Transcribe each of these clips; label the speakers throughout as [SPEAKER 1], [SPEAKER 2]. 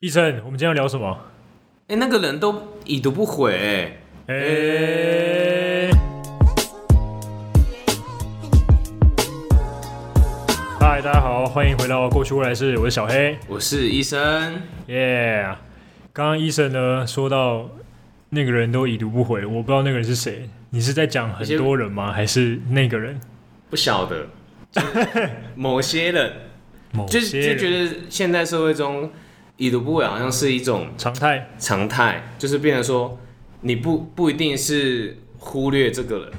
[SPEAKER 1] 医生，我们今天要聊什么？
[SPEAKER 2] 哎、那个人都已读不回、欸，
[SPEAKER 1] 哎、嗨，大家好，欢迎回到过去未来式，我是小黑，
[SPEAKER 2] 我是医生。
[SPEAKER 1] 耶、刚刚医生呢说到那个人都已读不回，我不知道那个人是谁，你是在讲很多人吗？还是那个人？
[SPEAKER 2] 不晓得， 就是某些人
[SPEAKER 1] 某
[SPEAKER 2] 就
[SPEAKER 1] 些
[SPEAKER 2] 是就觉
[SPEAKER 1] 人
[SPEAKER 2] 得现代社会中已读不回好像是一种
[SPEAKER 1] 常态，
[SPEAKER 2] 常态，就是变成说你不不一定是忽略这个人，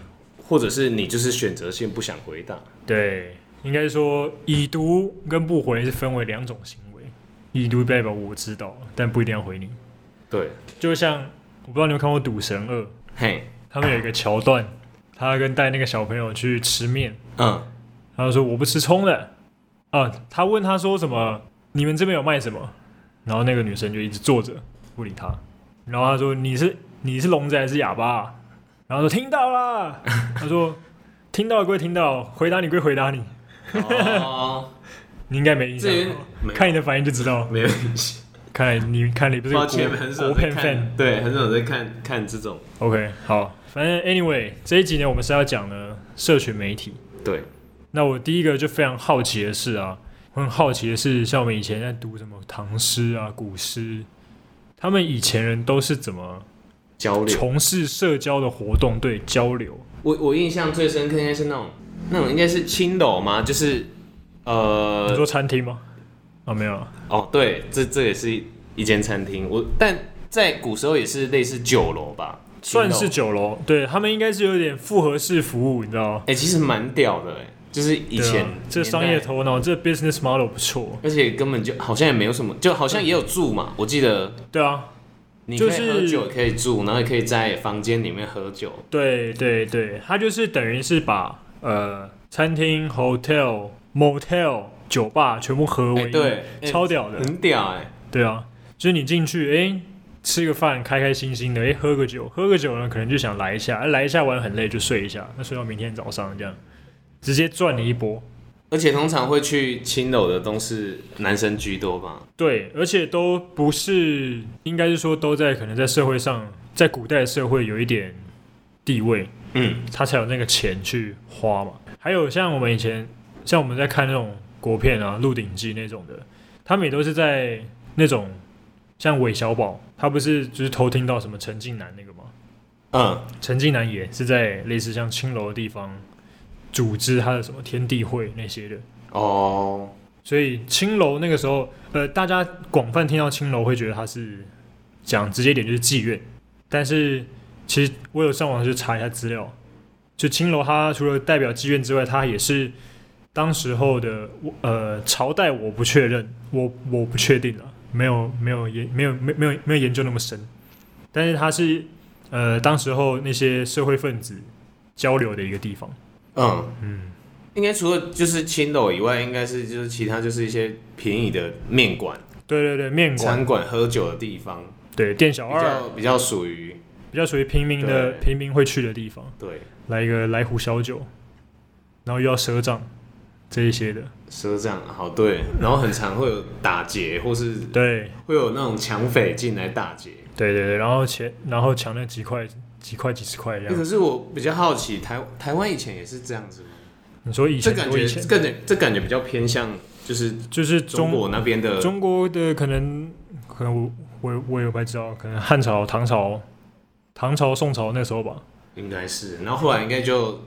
[SPEAKER 2] 或者是你就是选择性不想回答。
[SPEAKER 1] 对，应该说已读跟不回是分为两种行为，已读代表我知道，但不一定要回你。
[SPEAKER 2] 对，
[SPEAKER 1] 就像我不知道你有没有看过《赌神二》，
[SPEAKER 2] 嘿，
[SPEAKER 1] 他们有一个桥段，他跟带那个小朋友去吃面，
[SPEAKER 2] 嗯，
[SPEAKER 1] 然后说我不吃葱的，啊，他问他说什么？你们这边有卖什么？然后那个女生就一直坐着不理他，然后他说你是你是聋子还是哑巴啊？然后说听到 啦，他说听到归听到，回答你归回答你，
[SPEAKER 2] 哦，
[SPEAKER 1] 你应该没印象
[SPEAKER 2] 这有
[SPEAKER 1] 吧，
[SPEAKER 2] 没有
[SPEAKER 1] 看你的反应就知道。
[SPEAKER 2] 没有 印象，
[SPEAKER 1] 看来你看你不是个
[SPEAKER 2] 抱
[SPEAKER 1] 国
[SPEAKER 2] 歉，很少
[SPEAKER 1] 国
[SPEAKER 2] 在
[SPEAKER 1] 片 fan
[SPEAKER 2] 看，。对，很少在看看这种，
[SPEAKER 1] OK，好，反正 anyway 这一集呢，我们是要讲呢社群媒体。
[SPEAKER 2] 对，
[SPEAKER 1] 那我第一个就非常好奇的是啊，我很好奇的是，像我们以前在读什么唐诗啊、古诗，他们以前人都是怎么
[SPEAKER 2] 交流。
[SPEAKER 1] 从事社交的活动？对，交流。
[SPEAKER 2] 我我印象最深刻应该是那种那种应该是青楼吗？就是
[SPEAKER 1] 你
[SPEAKER 2] 呃
[SPEAKER 1] 说餐厅吗？啊，没有啊，
[SPEAKER 2] 哦，对，这这也是一间餐厅。我但在古时候也是类似酒楼吧，
[SPEAKER 1] 算
[SPEAKER 2] 青
[SPEAKER 1] 是
[SPEAKER 2] 楼。
[SPEAKER 1] 酒楼。对他们应该是有点复合式服务，你知道吗？
[SPEAKER 2] 哎、其实蛮屌的哎、就是以
[SPEAKER 1] 对
[SPEAKER 2] 前、
[SPEAKER 1] 啊、这商业，头脑，这 business model 不错。
[SPEAKER 2] 而且根本就好像也没有什么，就好像也有住嘛。我记得
[SPEAKER 1] 对啊，
[SPEAKER 2] 你
[SPEAKER 1] 就
[SPEAKER 2] 可
[SPEAKER 1] 是
[SPEAKER 2] 以喝酒，可以住，然后也可以在房间里面喝酒。
[SPEAKER 1] 对对对，它就是等于是把呃餐厅、hotel、motel、酒吧全部合为
[SPEAKER 2] 哎、
[SPEAKER 1] 一，
[SPEAKER 2] 对，哎
[SPEAKER 1] 超屌的。
[SPEAKER 2] 很屌哎、
[SPEAKER 1] 对啊，就是你进去，哎、吃个饭，开开心心的，哎、喝个酒，喝个酒呢，可能就想来一下，啊、来一下玩很累就睡一下，那睡到明天早上这样，直接赚你一波。
[SPEAKER 2] 而且通常会去青楼的都是男生居多吧？
[SPEAKER 1] 对，而且都不是，应该是说都在可能在社会上，在古代社会有一点地位，
[SPEAKER 2] 嗯，
[SPEAKER 1] 他才有那个钱去花嘛。还有像我们以前，像我们在看那种国片啊，《鹿鼎记》那种的，他们也都是在那种像韦小宝，他不是就是偷听到什么陈近南那个吗？
[SPEAKER 2] 嗯，
[SPEAKER 1] 陈近南也是在类似像青楼的地方组织他的什么天地会那些的，
[SPEAKER 2] 哦，
[SPEAKER 1] 所以青楼那个时候，呃，大家广泛听到青楼会觉得它是讲直接一点就是妓院，但是其实我有上网去查一下资料，就青楼它除了代表妓院之外，它也是当时候的呃朝代我不确认，我我不确定了，没有没有研没有没有没有没有研究那么深，但是它是呃当时候那些社会分子交流的一个地方，
[SPEAKER 2] 嗯，
[SPEAKER 1] 嗯，
[SPEAKER 2] 应该除了就是青楼以外，应该是就是其他就是一些便宜的面馆、
[SPEAKER 1] 对对对，面馆
[SPEAKER 2] 餐馆、喝酒的地方，
[SPEAKER 1] 对店小
[SPEAKER 2] 比
[SPEAKER 1] 二。啊
[SPEAKER 2] 较比较属于
[SPEAKER 1] 比较属于平民的
[SPEAKER 2] 对
[SPEAKER 1] 平民会去的地方，
[SPEAKER 2] 对
[SPEAKER 1] 来一个来壶小酒，然后又要赊账这一些的，
[SPEAKER 2] 赊账，啊好对，然后很常会有打劫，或是
[SPEAKER 1] 对
[SPEAKER 2] 会有那种抢匪进来打劫。
[SPEAKER 1] 对对对，然后钱然后抢那几块几块几十块这
[SPEAKER 2] 欸可
[SPEAKER 1] 样。
[SPEAKER 2] 是我比较好奇，台台湾以前也是这样子吗？
[SPEAKER 1] 你说以
[SPEAKER 2] 这
[SPEAKER 1] 前
[SPEAKER 2] 感
[SPEAKER 1] 我
[SPEAKER 2] 觉
[SPEAKER 1] 以前
[SPEAKER 2] 这感觉这感觉比较偏向就是
[SPEAKER 1] 就是
[SPEAKER 2] 中
[SPEAKER 1] 中
[SPEAKER 2] 国那边的，
[SPEAKER 1] 中国的可能可能我我我也不太知道，可能汉朝唐朝唐朝宋朝那时候吧，
[SPEAKER 2] 应该是，然后后来应该就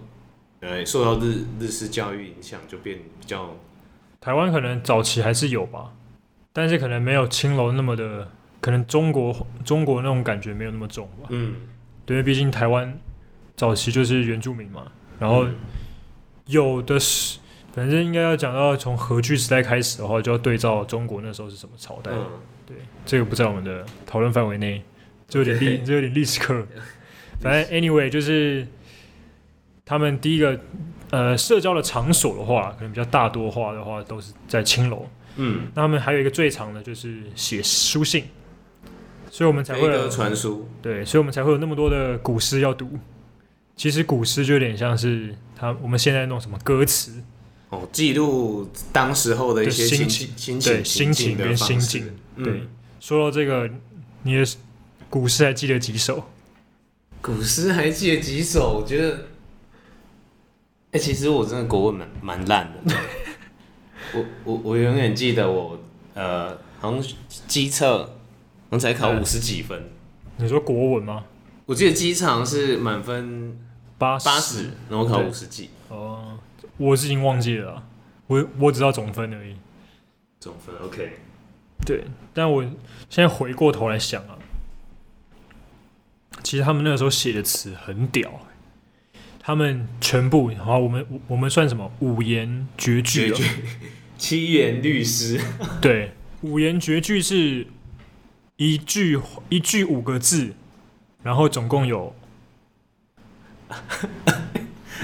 [SPEAKER 2] 呃受到日日式教育影响，就变比较
[SPEAKER 1] 台湾可能早期还是有吧，但是可能没有青楼那么的，可能中国中国那种感觉没有那么重吧。
[SPEAKER 2] 嗯，
[SPEAKER 1] 对，因为毕竟台湾早期就是原住民嘛，然后
[SPEAKER 2] 嗯
[SPEAKER 1] 有的是，反正应该要讲到从荷剧时代开始的话，就要对照中国那时候是什么朝代。
[SPEAKER 2] 嗯
[SPEAKER 1] 对，这个不在我们的讨论范围内，这有点历，这有点历史课。反正 anyway 就是他们第一个呃社交的场所的话，可能比较大多化的话，都是在青楼。
[SPEAKER 2] 嗯。
[SPEAKER 1] 那他们还有一个最长的就是写书信，所以我们才
[SPEAKER 2] 飞
[SPEAKER 1] 会有
[SPEAKER 2] 鸽传书，
[SPEAKER 1] 对，所以我们才会有那么多的古诗要读。其实古诗就有点像是他我们现在弄什么歌词，
[SPEAKER 2] 哦，记录当时候的一些
[SPEAKER 1] 对心
[SPEAKER 2] 情、心
[SPEAKER 1] 对
[SPEAKER 2] 情、
[SPEAKER 1] 心情
[SPEAKER 2] 情的
[SPEAKER 1] 跟
[SPEAKER 2] 方
[SPEAKER 1] 心
[SPEAKER 2] 式
[SPEAKER 1] 境，
[SPEAKER 2] 嗯
[SPEAKER 1] 对，说到这个，你的古诗还记得几首？
[SPEAKER 2] 古诗还记得几首？我觉得，哎、其实我真的国文蛮蛮烂 的。我我我永远记得我呃，好像机测，好像才考
[SPEAKER 1] 嗯
[SPEAKER 2] 五十几分。
[SPEAKER 1] 你说国文吗？
[SPEAKER 2] 我记得机测好像是满分
[SPEAKER 1] 八
[SPEAKER 2] 八十，然后考
[SPEAKER 1] 对
[SPEAKER 2] 五十几
[SPEAKER 1] 哦，我是已经忘记了啊，我我只知道总分而已。
[SPEAKER 2] 总分。OK，
[SPEAKER 1] 对，但我现在回过头来想啊，其实他们那个时候写的词很屌欸、他们全部，好，我们我们算什么五言绝句、
[SPEAKER 2] 绝
[SPEAKER 1] 啊？
[SPEAKER 2] 句，七言律诗。
[SPEAKER 1] 对，五言绝句是一句一句五个字，然后总共 有，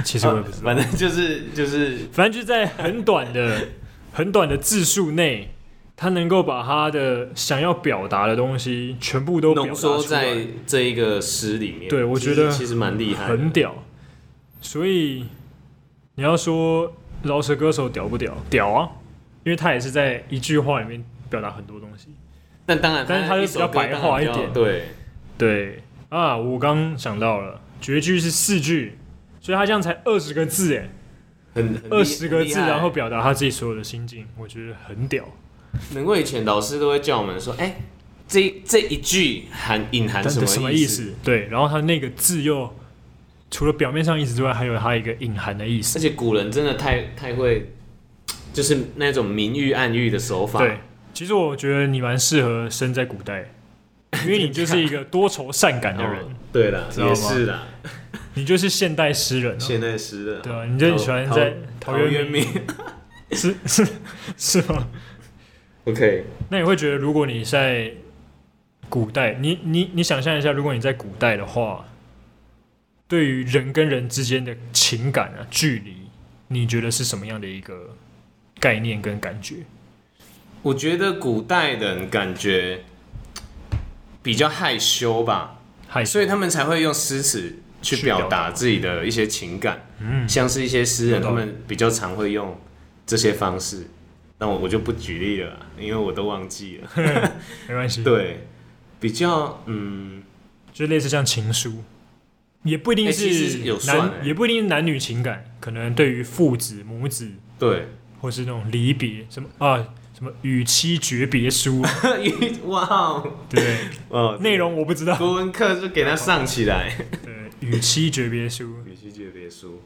[SPEAKER 1] 其实我也不知道，
[SPEAKER 2] 反正就是就是
[SPEAKER 1] 反正就是在很短的、很短的字数内，他能够把他的想要表达的东西全部都表达
[SPEAKER 2] 浓缩
[SPEAKER 1] 出来
[SPEAKER 2] 在这一个诗里面。
[SPEAKER 1] 对我
[SPEAKER 2] 其实
[SPEAKER 1] 觉得
[SPEAKER 2] 其实蛮厉害的。
[SPEAKER 1] 很屌。所以你要说饶舌歌手屌不屌？屌啊，因为他也是在一句话里面表达很多东西。
[SPEAKER 2] 但当然，
[SPEAKER 1] 但是它就
[SPEAKER 2] 一
[SPEAKER 1] 比较
[SPEAKER 2] 首歌
[SPEAKER 1] 白
[SPEAKER 2] 当然
[SPEAKER 1] 话一
[SPEAKER 2] 比较
[SPEAKER 1] 点
[SPEAKER 2] 对，
[SPEAKER 1] 对啊，我刚想到了，绝句是四句，所以他这样才二十个字哎，
[SPEAKER 2] 很很厉
[SPEAKER 1] 二十个
[SPEAKER 2] 很厉
[SPEAKER 1] 字，
[SPEAKER 2] 害
[SPEAKER 1] 然后表达他自己所有的心境，我觉得很屌。
[SPEAKER 2] 难怪以前老师都会叫我们说，哎、这这一句含隐含
[SPEAKER 1] 但是
[SPEAKER 2] 什么
[SPEAKER 1] 什么
[SPEAKER 2] 意
[SPEAKER 1] 意？思？对，然后他那个字又除了表面上意思之外，还有它一个隐含的意
[SPEAKER 2] 而
[SPEAKER 1] 思。
[SPEAKER 2] 且古人真的太太会，就是那种明喻暗喻的手法。
[SPEAKER 1] 对，，其实我觉得你蛮适合生在古 代，因为你就是一个多愁善感的
[SPEAKER 2] 然
[SPEAKER 1] 人
[SPEAKER 2] 后，对啦，
[SPEAKER 1] 知道吗
[SPEAKER 2] 也是啦，
[SPEAKER 1] 你就是现代诗人、啊，
[SPEAKER 2] 现代诗人。
[SPEAKER 1] 对啊你就很喜欢在
[SPEAKER 2] 陶
[SPEAKER 1] 陶
[SPEAKER 2] 陶
[SPEAKER 1] 渊
[SPEAKER 2] 渊明。
[SPEAKER 1] 是是是吗？
[SPEAKER 2] OK，
[SPEAKER 1] 那你会觉得，如果你在古代，你你你想象一下，如果你在古代的话，对于人跟人之间的情感啊距离，你觉得是什么样的一个概念跟感觉？
[SPEAKER 2] 我觉得古代人感觉比较害羞吧，
[SPEAKER 1] 害羞
[SPEAKER 2] 所以他们才会用诗词去
[SPEAKER 1] 去
[SPEAKER 2] 表
[SPEAKER 1] 表
[SPEAKER 2] 达自己的一些情感。
[SPEAKER 1] 嗯，
[SPEAKER 2] 像是一些诗
[SPEAKER 1] 有
[SPEAKER 2] 人，
[SPEAKER 1] 道
[SPEAKER 2] 他
[SPEAKER 1] 理
[SPEAKER 2] 们比较常会用这些方式。那我我就不举例了啦，因为我都忘记了。
[SPEAKER 1] 没关系，
[SPEAKER 2] 对，比较嗯，
[SPEAKER 1] 就类似像情书，也不一定
[SPEAKER 2] 欸
[SPEAKER 1] 是
[SPEAKER 2] 其实有
[SPEAKER 1] 男，
[SPEAKER 2] 算欸
[SPEAKER 1] 也不一定是男女情感，可能对于父子、母子，
[SPEAKER 2] 对，
[SPEAKER 1] 或是那种离别什么啊，什么与妻诀别书，
[SPEAKER 2] 哇哦，
[SPEAKER 1] 对不
[SPEAKER 2] 哇
[SPEAKER 1] 对？，内容我不知道，
[SPEAKER 2] 国文课就给他上起来。
[SPEAKER 1] 对，与妻诀别书，
[SPEAKER 2] 女婿诀别书，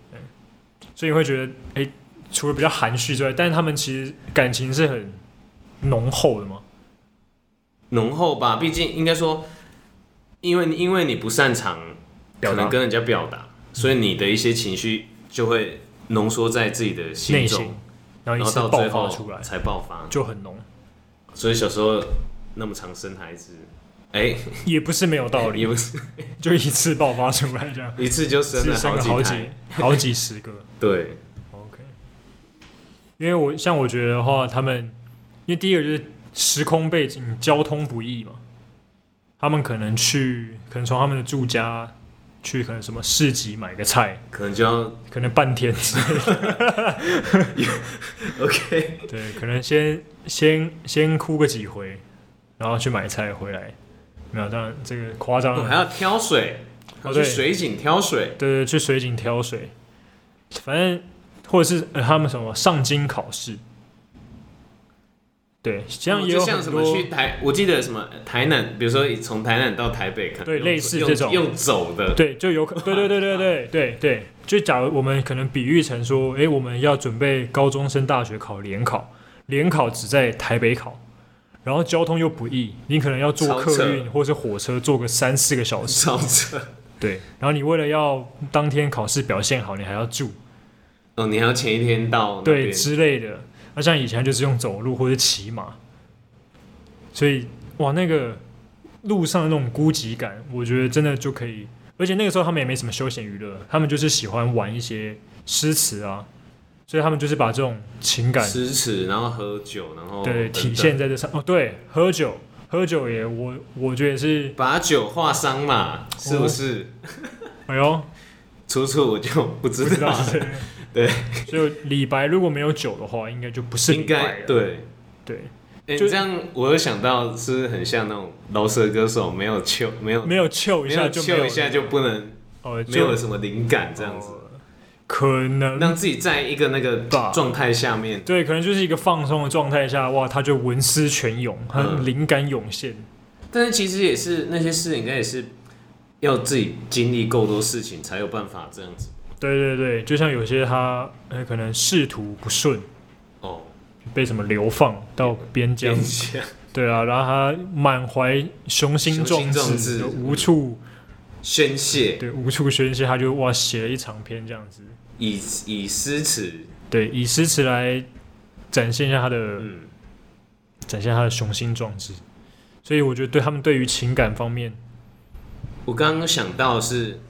[SPEAKER 1] 所以会觉得，哎、除了比较含蓄之外，但是他们其实感情是很浓厚的嘛，
[SPEAKER 2] 浓厚吧，毕竟应该说，因为因为你不擅长
[SPEAKER 1] 表
[SPEAKER 2] 可
[SPEAKER 1] 达
[SPEAKER 2] 能跟人家表达，所以你的一些情绪就会浓缩在自己的心
[SPEAKER 1] 内心
[SPEAKER 2] 中，，
[SPEAKER 1] 然后
[SPEAKER 2] 然
[SPEAKER 1] 一
[SPEAKER 2] 后
[SPEAKER 1] 次
[SPEAKER 2] 到
[SPEAKER 1] 爆
[SPEAKER 2] 最
[SPEAKER 1] 发出来
[SPEAKER 2] 后才爆发。
[SPEAKER 1] 就很浓，
[SPEAKER 2] 所以小时候那么常生孩子，哎、
[SPEAKER 1] 也不是没有道理，
[SPEAKER 2] 也不是，
[SPEAKER 1] 就一次爆发出来这样
[SPEAKER 2] 一次就生
[SPEAKER 1] 是
[SPEAKER 2] 了
[SPEAKER 1] 生了好
[SPEAKER 2] 几
[SPEAKER 1] 几
[SPEAKER 2] 胎。
[SPEAKER 1] 好几十个。
[SPEAKER 2] 对，
[SPEAKER 1] OK，因为我像我觉得的话，他们因为第一个就是时空背景交通不易嘛，他们可能去，可能从他们的住家去，可能什么市集买个菜，
[SPEAKER 2] 可能就要
[SPEAKER 1] 可能半天之类的
[SPEAKER 2] OK，
[SPEAKER 1] 对，可能先先先哭个几回，然后去买菜回来，没有，当然这个夸张
[SPEAKER 2] 我
[SPEAKER 1] 了
[SPEAKER 2] 哦还，要挑水，还
[SPEAKER 1] 哦
[SPEAKER 2] 要去
[SPEAKER 1] 对
[SPEAKER 2] 水井挑水。
[SPEAKER 1] 对对，去水井挑水，反正或者是、呃他们什么上京考试。对，这样
[SPEAKER 2] 哦
[SPEAKER 1] 也有
[SPEAKER 2] 就
[SPEAKER 1] 很多、
[SPEAKER 2] 像什么去台，我记得什么台南，比如说从台南到台北，可能
[SPEAKER 1] 对
[SPEAKER 2] 用
[SPEAKER 1] 类似
[SPEAKER 2] 用
[SPEAKER 1] 这种
[SPEAKER 2] 用走的，
[SPEAKER 1] 对，就 有可，对对对对对对对，就假如我们可能比喻成说，诶，我们要准备高中升大学考联考，联考只在台北考，然后交通又不易，你可能要坐
[SPEAKER 2] 超扯
[SPEAKER 1] 客运或是火车坐个三四个 小时，
[SPEAKER 2] 烧车。
[SPEAKER 1] 对，然后你为了要当天考试表现好，你还要住，
[SPEAKER 2] 哦，你还要前一天到那
[SPEAKER 1] 对
[SPEAKER 2] 边
[SPEAKER 1] 之类的。那像以前就是用走路或者骑马，所以哇，那个路上的那种孤寂感，我觉得真的就可以。而且那个时候他们也没什么休闲娱乐，他们就是喜欢玩一些诗词啊，所以他们就是把这种情感
[SPEAKER 2] 吃吃，然后喝酒，然后
[SPEAKER 1] 对
[SPEAKER 2] 哦等等
[SPEAKER 1] 体现在这上。哦，对，喝酒，喝酒也我我觉得也是，
[SPEAKER 2] 把酒话伤嘛，是
[SPEAKER 1] 哦
[SPEAKER 2] 不是？
[SPEAKER 1] 哎呦，
[SPEAKER 2] 楚楚我就不
[SPEAKER 1] 不
[SPEAKER 2] 知
[SPEAKER 1] 知道
[SPEAKER 2] 道，
[SPEAKER 1] 是
[SPEAKER 2] 对，
[SPEAKER 1] 所以李白如果没有酒的话，应该就不是
[SPEAKER 2] 应
[SPEAKER 1] 李白
[SPEAKER 2] 该
[SPEAKER 1] 了。
[SPEAKER 2] 对。
[SPEAKER 1] 对，
[SPEAKER 2] 哎、哎、
[SPEAKER 1] 就
[SPEAKER 2] 这样我有想到，是不是很像那种饶舌歌手，没有秋，没有
[SPEAKER 1] 没有秀一
[SPEAKER 2] 嗯没
[SPEAKER 1] 下
[SPEAKER 2] 有
[SPEAKER 1] 就
[SPEAKER 2] 秀
[SPEAKER 1] 有
[SPEAKER 2] 一下就不能
[SPEAKER 1] 哦，就嗯
[SPEAKER 2] 没有什么灵感这样子，
[SPEAKER 1] 可能
[SPEAKER 2] 让自己在一个那个
[SPEAKER 1] 吧
[SPEAKER 2] 状态下面，
[SPEAKER 1] 对，可能就是一个放松的状态下，哇，他就文思泉涌，他
[SPEAKER 2] 嗯
[SPEAKER 1] 灵感涌现。
[SPEAKER 2] 但是其实也是那些事，应该也是要自己经历够多事情才有办法这样子
[SPEAKER 1] 对对对，就像有些他呃可能仕途不顺，
[SPEAKER 2] 哦。
[SPEAKER 1] 被什么流放到边疆
[SPEAKER 2] 变，相
[SPEAKER 1] 对啊，然后他满怀雄心壮
[SPEAKER 2] 雄心壮
[SPEAKER 1] 志
[SPEAKER 2] 志，
[SPEAKER 1] 无处
[SPEAKER 2] 宣泄，
[SPEAKER 1] 对无处宣泄，他就哇写了一长篇这样子，
[SPEAKER 2] 以以诗词，
[SPEAKER 1] 对，以诗词来展现一下他的、
[SPEAKER 2] 嗯，
[SPEAKER 1] 展现他的雄心壮志。所以我觉得对他们对于情感方面，
[SPEAKER 2] 我刚刚想到的是，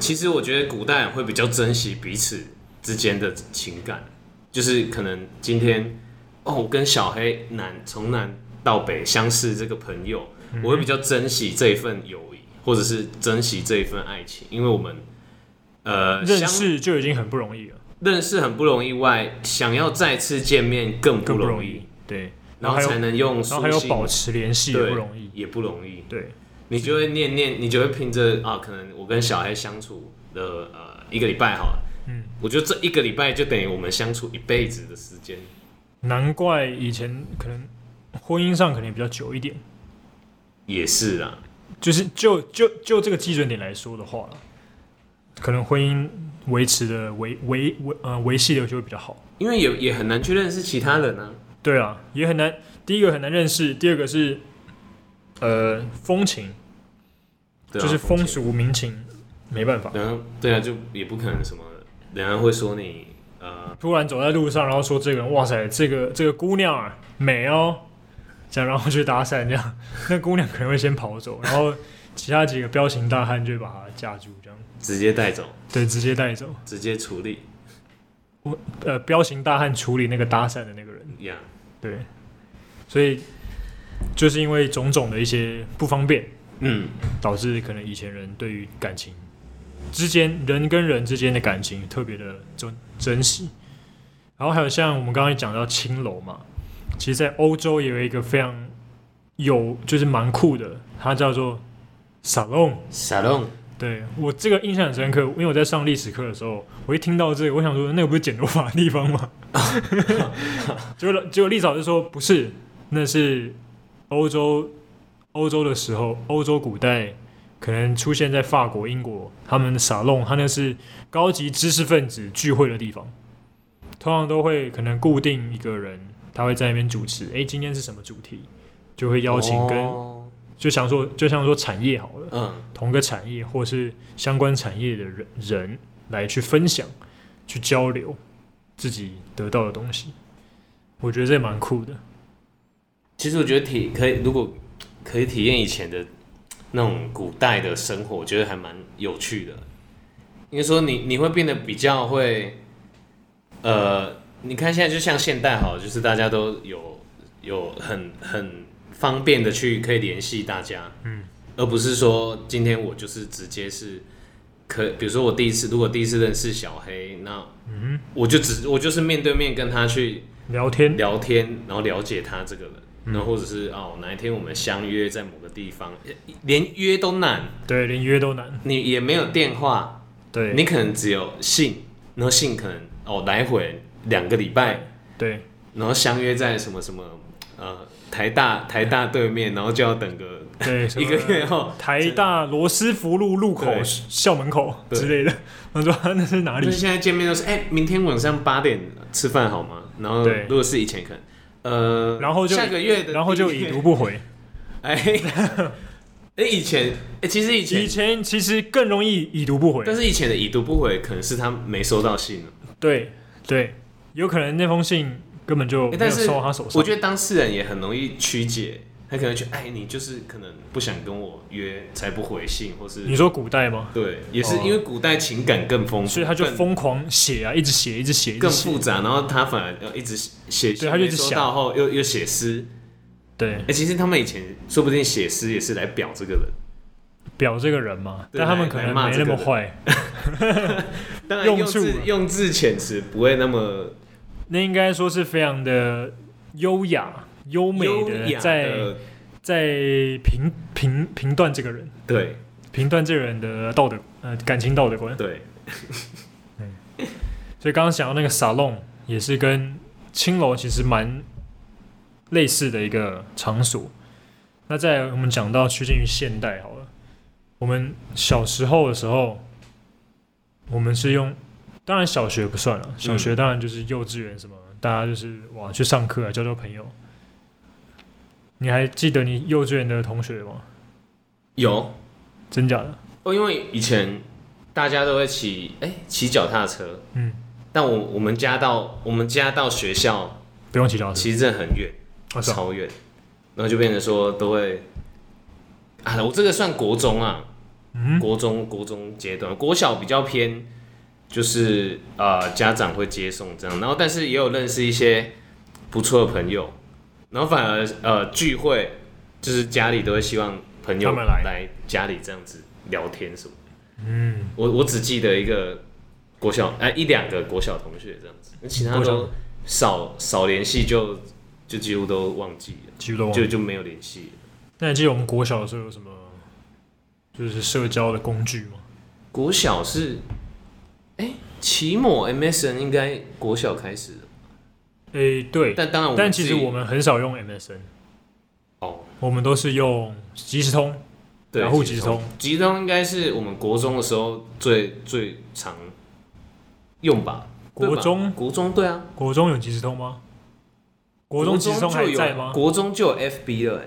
[SPEAKER 2] 其实我觉得古代人会比较珍惜彼此之间的情感，就是可能今天哦，我跟小黑南从南到北相识这个朋友，
[SPEAKER 1] 嗯
[SPEAKER 2] 我会比较珍惜这一份友谊，或者是珍惜这一份爱情，因为我们呃
[SPEAKER 1] 认
[SPEAKER 2] 相
[SPEAKER 1] 识就已经很不容易了，
[SPEAKER 2] 认识很不容易外，想要再次见面更不
[SPEAKER 1] 更不
[SPEAKER 2] 容
[SPEAKER 1] 容
[SPEAKER 2] 易
[SPEAKER 1] 易，。对，
[SPEAKER 2] 然后
[SPEAKER 1] 还有
[SPEAKER 2] 才能用
[SPEAKER 1] 然后
[SPEAKER 2] 书
[SPEAKER 1] 还有
[SPEAKER 2] 信
[SPEAKER 1] 保持联系也
[SPEAKER 2] 对
[SPEAKER 1] 不容易。
[SPEAKER 2] 也不容易。
[SPEAKER 1] 对，
[SPEAKER 2] 你就会念念，你就会凭着啊，可能我跟小孩相处的呃一个礼拜好了，
[SPEAKER 1] 嗯，
[SPEAKER 2] 我觉得这一个礼拜就等于我们相处一辈子的时间。
[SPEAKER 1] 难怪以前可能婚姻上可能也比较久一点，
[SPEAKER 2] 也是啦，
[SPEAKER 1] 就是就就就这个基准点来说的话，可能婚姻维持的维维维呃维系的就会比较好。
[SPEAKER 2] 因为也也很难去认识其他人啊。
[SPEAKER 1] 对啊，也很难。第一个很难认识，第二个是呃风情，
[SPEAKER 2] 对啊
[SPEAKER 1] 就是风。
[SPEAKER 2] 情
[SPEAKER 1] 俗民情，没办法。
[SPEAKER 2] 然后对啊，就也不可能什么，人家会说你呃，
[SPEAKER 1] 突然走在路上，然后说这个人，哇塞，这个这个姑娘啊美哦，这样然后去搭讪，这样那姑娘可能会先跑走，然后其他几个彪形大汉就会把她架住，这样
[SPEAKER 2] 直接带走，
[SPEAKER 1] 对，直接带走。
[SPEAKER 2] 直接处理
[SPEAKER 1] 呃，彪形大汉处理那个搭讪的那个人，
[SPEAKER 2] 呀。
[SPEAKER 1] 对，所以就是因为种种的一些不方便，
[SPEAKER 2] 嗯，
[SPEAKER 1] 导致可能以前人对于感情之间人跟人之间的感情特别的珍珍惜。然后还有像我们刚刚也讲到青楼嘛，其实，在欧洲也有一个非常有就是蛮酷的，它叫做 salon。
[SPEAKER 2] 沙龙
[SPEAKER 1] 对我这个印象很深刻，因为我在上历史课的时候，我一听到这个，我想说那个不是剪头发的地方吗？结果结果丽嫂就说不是，那是欧洲欧洲的时候，欧洲古代可能出现在法国、英国，他们的沙龙，他那是高级知识分子聚会的地方，通常都会可能固定一个人，他会在那边主持，诶，今天是什么主题，就会邀请跟、
[SPEAKER 2] 哦
[SPEAKER 1] 就想说就像说产业好了。
[SPEAKER 2] 嗯
[SPEAKER 1] 同个产业或是相关产业的人人来去分享、去交流自己得到的东西，我觉得这蛮酷的。
[SPEAKER 2] 其实我觉得体可以，如果可以体验以前的那种古代的生活，我觉得还蛮有趣的。应该说你你会变得比较会，呃，你看现在就像现代好了，就是大家都有有很很方便的去可以联系大家，嗯，而不是说今天我就是直接是可，比如说我第一次如果第一次认识小黑，那嗯，我就只我就是面对面跟他去
[SPEAKER 1] 聊天，
[SPEAKER 2] 聊天，然后了解他这个人，
[SPEAKER 1] 嗯
[SPEAKER 2] 然后或者是哦，哪一天我们相约在某个地方，呃连约都难，
[SPEAKER 1] 对，连约都难。
[SPEAKER 2] 你也没有电话，
[SPEAKER 1] 对，
[SPEAKER 2] 你可能只有信，然后信可能哦来回两个礼拜，
[SPEAKER 1] 对，
[SPEAKER 2] 然后相约在什么什么呃台大台大对面，然后就要等个
[SPEAKER 1] 对，什么
[SPEAKER 2] 一个月后，
[SPEAKER 1] 台大罗斯福路路口
[SPEAKER 2] 对
[SPEAKER 1] 校门口
[SPEAKER 2] 对
[SPEAKER 1] 之类的，他说啊那是哪
[SPEAKER 2] 就
[SPEAKER 1] 里
[SPEAKER 2] 是？现在见面都是哎、明天晚上八点吃饭好吗？然后
[SPEAKER 1] 对
[SPEAKER 2] 如果是以前可能。呃，
[SPEAKER 1] 然后就
[SPEAKER 2] 下个月的，
[SPEAKER 1] 然后就已读，不回。
[SPEAKER 2] 哎， 哎，以前，哎，其实以前
[SPEAKER 1] 以前其实更容易已读不回，
[SPEAKER 2] 但是以前的已读不回，可能是他没收到信了。
[SPEAKER 1] 对对，有可能那封信根本就
[SPEAKER 2] 欸
[SPEAKER 1] 没有
[SPEAKER 2] 但是
[SPEAKER 1] 收到他手上。
[SPEAKER 2] 我觉得当事人也很容易曲解，他可能觉得哎，你就是可能不想跟我约，才不回信，或是
[SPEAKER 1] 你说古代吗？
[SPEAKER 2] 对，也是
[SPEAKER 1] 哦
[SPEAKER 2] 因为古代情感更丰富，
[SPEAKER 1] 所以他就
[SPEAKER 2] 更
[SPEAKER 1] 疯狂写啊，一直写，一直写，一直
[SPEAKER 2] 更
[SPEAKER 1] 写
[SPEAKER 2] 复。杂，然后他反而要一直写，
[SPEAKER 1] 对他就一直
[SPEAKER 2] 没收
[SPEAKER 1] 想
[SPEAKER 2] 到后又又写诗。
[SPEAKER 1] 对
[SPEAKER 2] 哎、，其实他们以前说不定写诗也是来表这个人，
[SPEAKER 1] 表这个人嘛，
[SPEAKER 2] 对
[SPEAKER 1] 但他们
[SPEAKER 2] 来
[SPEAKER 1] 可
[SPEAKER 2] 来
[SPEAKER 1] 能
[SPEAKER 2] 骂
[SPEAKER 1] 没那
[SPEAKER 2] 这个
[SPEAKER 1] 么
[SPEAKER 2] 人
[SPEAKER 1] 坏，
[SPEAKER 2] 当然
[SPEAKER 1] 用
[SPEAKER 2] 用字
[SPEAKER 1] 处啊
[SPEAKER 2] 用字遣词不会那么
[SPEAKER 1] 那应该说是非常的优雅，优美
[SPEAKER 2] 优
[SPEAKER 1] 的
[SPEAKER 2] 雅
[SPEAKER 1] 在
[SPEAKER 2] 的
[SPEAKER 1] 在评评评断这个人，
[SPEAKER 2] 对
[SPEAKER 1] 评断这个人的道德呃感情道德观。
[SPEAKER 2] 对
[SPEAKER 1] 所以刚刚讲到那个沙龙，也是跟青楼其实蛮类似的一个场所。那再来我们讲到趋近于现代好了，我们小时候的时候，我们是用，当然小学不算了，小学当然就是幼稚园什么，大家就是哇去上课啊，交交朋友。你还记得你幼稚园的同学吗？
[SPEAKER 2] 有
[SPEAKER 1] 真假的？
[SPEAKER 2] 哦，因为以前大家都会骑哎骑脚踏车，
[SPEAKER 1] 嗯，
[SPEAKER 2] 但我我们家到我们家到学校
[SPEAKER 1] 不用提到
[SPEAKER 2] 其实真的很远，
[SPEAKER 1] 我操，
[SPEAKER 2] 超远，然后就变成说都会啊，我这个算国中啊，
[SPEAKER 1] 嗯
[SPEAKER 2] 国中国中阶段，国小比较偏，就是呃家长会接送这样，然后但是也有认识一些不错的朋友，然后反而呃聚会就是家里都会希望朋友
[SPEAKER 1] 他们来
[SPEAKER 2] 来家里这样子聊天什么。
[SPEAKER 1] 嗯，
[SPEAKER 2] 我我只记得一个国小，哎、一两个国小同学这样子，那其他
[SPEAKER 1] 国
[SPEAKER 2] 都
[SPEAKER 1] 小
[SPEAKER 2] 少少联系就，就几乎都忘记了，
[SPEAKER 1] 几乎都忘了
[SPEAKER 2] 就就没有联系了。
[SPEAKER 1] 那你记得我们国小的时候有什么就是社交的工具吗？
[SPEAKER 2] 国小是，哎、期末 MSN 应该国小开始的，
[SPEAKER 1] 诶、对，
[SPEAKER 2] 但当然我们
[SPEAKER 1] 但其
[SPEAKER 2] 自
[SPEAKER 1] 实
[SPEAKER 2] 己
[SPEAKER 1] 我们很少用 MSN，
[SPEAKER 2] 哦，
[SPEAKER 1] 我们都是用即时通，
[SPEAKER 2] 对，
[SPEAKER 1] 然后
[SPEAKER 2] 集
[SPEAKER 1] 即时通，
[SPEAKER 2] 集中应该是我们国中的时候最最常用吧。对吧
[SPEAKER 1] 国中
[SPEAKER 2] 国中对啊，
[SPEAKER 1] 国中有即时通吗？国中即时通还
[SPEAKER 2] 就有
[SPEAKER 1] 在吗？
[SPEAKER 2] 国中就有 FB 了、哎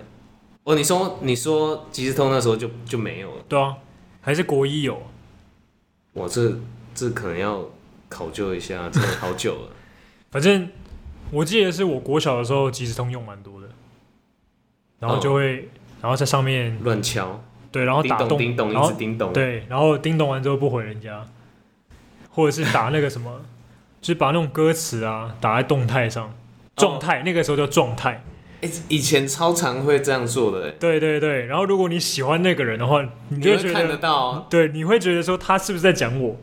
[SPEAKER 2] 哦，你说你说即时通那时候就就没有了。
[SPEAKER 1] 对啊，还是国一有。啊
[SPEAKER 2] 哇，这这可能要考究一下， 真的好久了。
[SPEAKER 1] 反正我记得是我国小的时候即时通用蛮多的，然后就会，然后在上面
[SPEAKER 2] 乱敲，
[SPEAKER 1] 对，然后
[SPEAKER 2] 叮
[SPEAKER 1] 打
[SPEAKER 2] 咚
[SPEAKER 1] 洞，
[SPEAKER 2] 哦叮咚，
[SPEAKER 1] 然
[SPEAKER 2] 一
[SPEAKER 1] 后
[SPEAKER 2] 直叮咚。，
[SPEAKER 1] 对，然后叮咚完之后不回人家，或者是打那个什么，就是把那种歌词啊打在动态
[SPEAKER 2] 哦
[SPEAKER 1] 上，状态、那个时候叫状态。
[SPEAKER 2] 哎、以前超常会这样做的、哎
[SPEAKER 1] 对对对，然后如果你喜欢那个人的话，你
[SPEAKER 2] 你
[SPEAKER 1] 就
[SPEAKER 2] 会
[SPEAKER 1] 会觉
[SPEAKER 2] 看得
[SPEAKER 1] 得，
[SPEAKER 2] 到、啊，
[SPEAKER 1] 对，你会觉得说他是不是在讲 我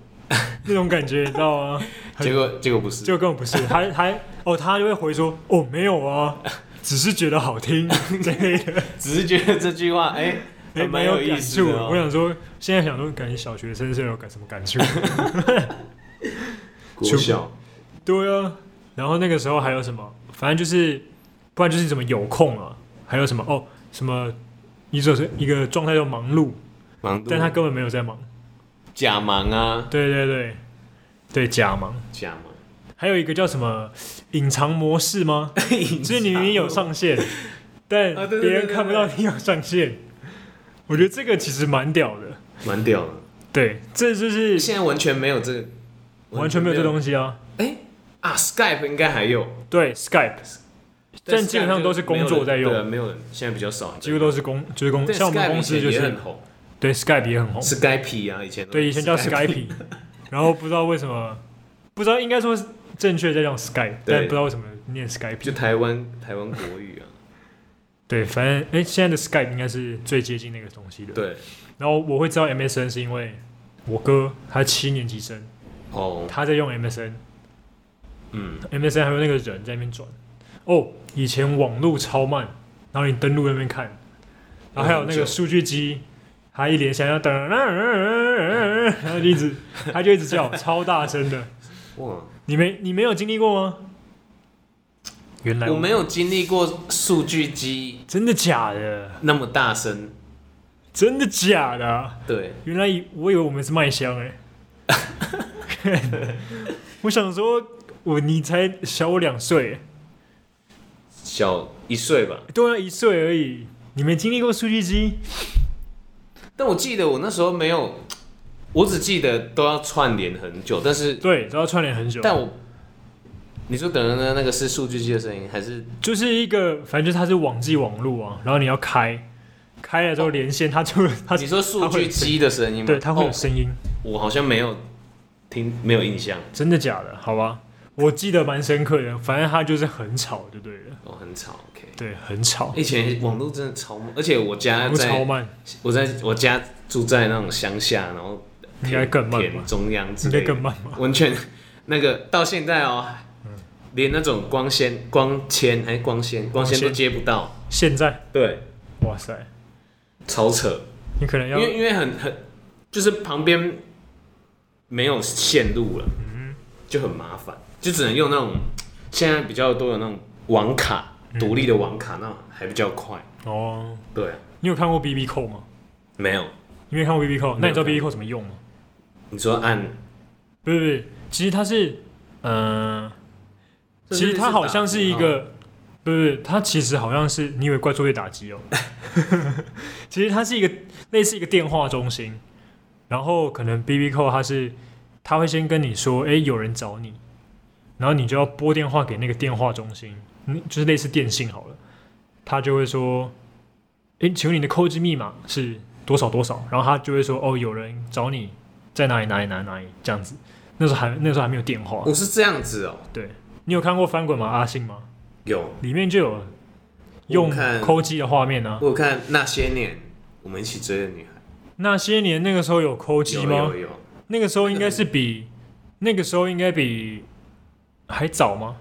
[SPEAKER 1] 那种感觉，你知道吗？嗯很
[SPEAKER 2] 结果结果不是，
[SPEAKER 1] 就根本不是，他他哦，他就会回说哦没有啊，只是觉得好 听之类的，
[SPEAKER 2] 只是觉得这句话，哎、还
[SPEAKER 1] 哎
[SPEAKER 2] 蛮
[SPEAKER 1] 没有
[SPEAKER 2] 意
[SPEAKER 1] 感
[SPEAKER 2] 思
[SPEAKER 1] 触。
[SPEAKER 2] 的、哦
[SPEAKER 1] 我想说，现在想说，感觉小学生是有感什么 感触？
[SPEAKER 2] 国小，
[SPEAKER 1] 对啊，然后那个时候还有什么？反正就是，不然就是怎么有空啊，还有什么哦，什么一种是一个状态叫忙碌，
[SPEAKER 2] 忙碌，
[SPEAKER 1] 但他根本没有在忙。
[SPEAKER 2] 假忙啊，
[SPEAKER 1] 对对对，对假忙。
[SPEAKER 2] 假 忙，
[SPEAKER 1] 还有一个叫什么隐藏模式 吗？就是你明明有上线，但
[SPEAKER 2] 啊对对
[SPEAKER 1] 别人
[SPEAKER 2] 对对
[SPEAKER 1] 看不到你有上线。我觉得这个其实蛮屌的。
[SPEAKER 2] 蛮屌的，
[SPEAKER 1] 对，这就是
[SPEAKER 2] 现在完全没有这个，
[SPEAKER 1] 完全没有这东西啊。
[SPEAKER 2] 哎、啊，Skype 应该还有，
[SPEAKER 1] 对，Skype 但基本上都是工作在用
[SPEAKER 2] 对，啊没有人，现在比较少，
[SPEAKER 1] 几乎都是公，就是公，
[SPEAKER 2] 对
[SPEAKER 1] 像我们
[SPEAKER 2] Skype
[SPEAKER 1] 公司就
[SPEAKER 2] 以前也
[SPEAKER 1] 是
[SPEAKER 2] 很红
[SPEAKER 1] 对 Skype 也很红。
[SPEAKER 2] ，Skype 啊，以前都
[SPEAKER 1] 对，以前叫
[SPEAKER 2] Skype
[SPEAKER 1] Skype，然后不知道为什么，不知道应该说是正确在叫 Skype，
[SPEAKER 2] 对
[SPEAKER 1] 但不知道为什么念
[SPEAKER 2] 就
[SPEAKER 1] Skype。
[SPEAKER 2] 台湾台湾国语啊，
[SPEAKER 1] 对，反正哎，现在的 Skype 应该是最接近那个东西的。
[SPEAKER 2] 对，
[SPEAKER 1] 然后我会知道 MSN 是因为我哥他七年级生，
[SPEAKER 2] 哦，
[SPEAKER 1] 他在用 MSN，MSN
[SPEAKER 2] 嗯，
[SPEAKER 1] 还有那个人在那边转。哦，以前网络超慢，然后你登录那边看，然后还有那个数据机，它一连响要等，然后就一直，它就一直叫，超大声的。
[SPEAKER 2] 哇，
[SPEAKER 1] 你没你没有经历过吗？原来
[SPEAKER 2] 我没有经历过数据机
[SPEAKER 1] 真的假的？
[SPEAKER 2] 那么大声，
[SPEAKER 1] 真的假的啊？
[SPEAKER 2] 对，
[SPEAKER 1] 原来以我以为我们是麦香哎、 我想说，我你才小我两岁，
[SPEAKER 2] 小一岁吧，
[SPEAKER 1] 都要一岁而已。你没经历过数据机？
[SPEAKER 2] 但我记得我那时候没有，我只记得都要串联很久，但是
[SPEAKER 1] 对，都要串联很久。
[SPEAKER 2] 但我。你说等等的那个是数据机的声音，还是
[SPEAKER 1] 就是一个，反正就是它是网际网路啊，然后你要开，开了之后连线，它就它
[SPEAKER 2] 你说数据机的声音吗？
[SPEAKER 1] 对它会有
[SPEAKER 2] 哦
[SPEAKER 1] 声音，
[SPEAKER 2] 我好像没有听，没有印象，
[SPEAKER 1] 真的假的？好吧，我记得蛮深刻的，反正它就是很吵就对了，
[SPEAKER 2] 哦，很吵。OK，
[SPEAKER 1] 对，很吵。
[SPEAKER 2] 以前网络真的超慢，而且我家
[SPEAKER 1] 不超
[SPEAKER 2] 哎在
[SPEAKER 1] 慢，
[SPEAKER 2] 我在我家住在那种乡下，然后
[SPEAKER 1] 应该更慢吧
[SPEAKER 2] 田中央之
[SPEAKER 1] 应该
[SPEAKER 2] 类的
[SPEAKER 1] 更慢吧？嗯
[SPEAKER 2] 完全那个到现在哦，连那种光纤、光纤哎光纤、光纤都接不到，
[SPEAKER 1] 现在，
[SPEAKER 2] 对，
[SPEAKER 1] 哇塞，
[SPEAKER 2] 超扯。
[SPEAKER 1] 你可能
[SPEAKER 2] 因
[SPEAKER 1] 要
[SPEAKER 2] 为因为很很就是旁边没有线路了，
[SPEAKER 1] 嗯
[SPEAKER 2] 就很麻烦，就只能用那种现在比较多有那种网卡，
[SPEAKER 1] 嗯
[SPEAKER 2] 独立的网卡，那种还比较快。
[SPEAKER 1] 哦，
[SPEAKER 2] 对啊，
[SPEAKER 1] 你有看过 B B 扣吗？
[SPEAKER 2] 没有，
[SPEAKER 1] 你没看过 B B 扣？那你知道
[SPEAKER 2] 没
[SPEAKER 1] B
[SPEAKER 2] 有
[SPEAKER 1] B 扣怎么用吗？
[SPEAKER 2] 你说按，
[SPEAKER 1] 不是不是，其实它是，嗯、
[SPEAKER 2] 这
[SPEAKER 1] 其实它好像是一
[SPEAKER 2] 打字哦
[SPEAKER 1] 个，不是不是，它其实好像是，你以为怪兽会打击哦？ 其实它是一个类似一个电话中心，然后可能 B B 扣它是，它会先跟你说，哎、有人找你，然后你就要拨电话给那个电话中心，嗯，就是类似电信好了，他就会说，哎、请问你的扣机密码是多少多少？然后他就会说，哦，有人找你在哪里哪里哪里哪里这样子。那时候还那时候还没有电话，
[SPEAKER 2] 我是这样子哦，
[SPEAKER 1] 对你有看过翻滚吗？阿信吗？
[SPEAKER 2] 有
[SPEAKER 1] 里面就有用
[SPEAKER 2] 看
[SPEAKER 1] 抠机的画面啊呢、
[SPEAKER 2] 我有看那些年我们一起追的女孩，
[SPEAKER 1] 那些年那个时候有抠
[SPEAKER 2] 有
[SPEAKER 1] 机吗
[SPEAKER 2] 有？有，
[SPEAKER 1] 那个时候应该是比那个时候应该比还早吗？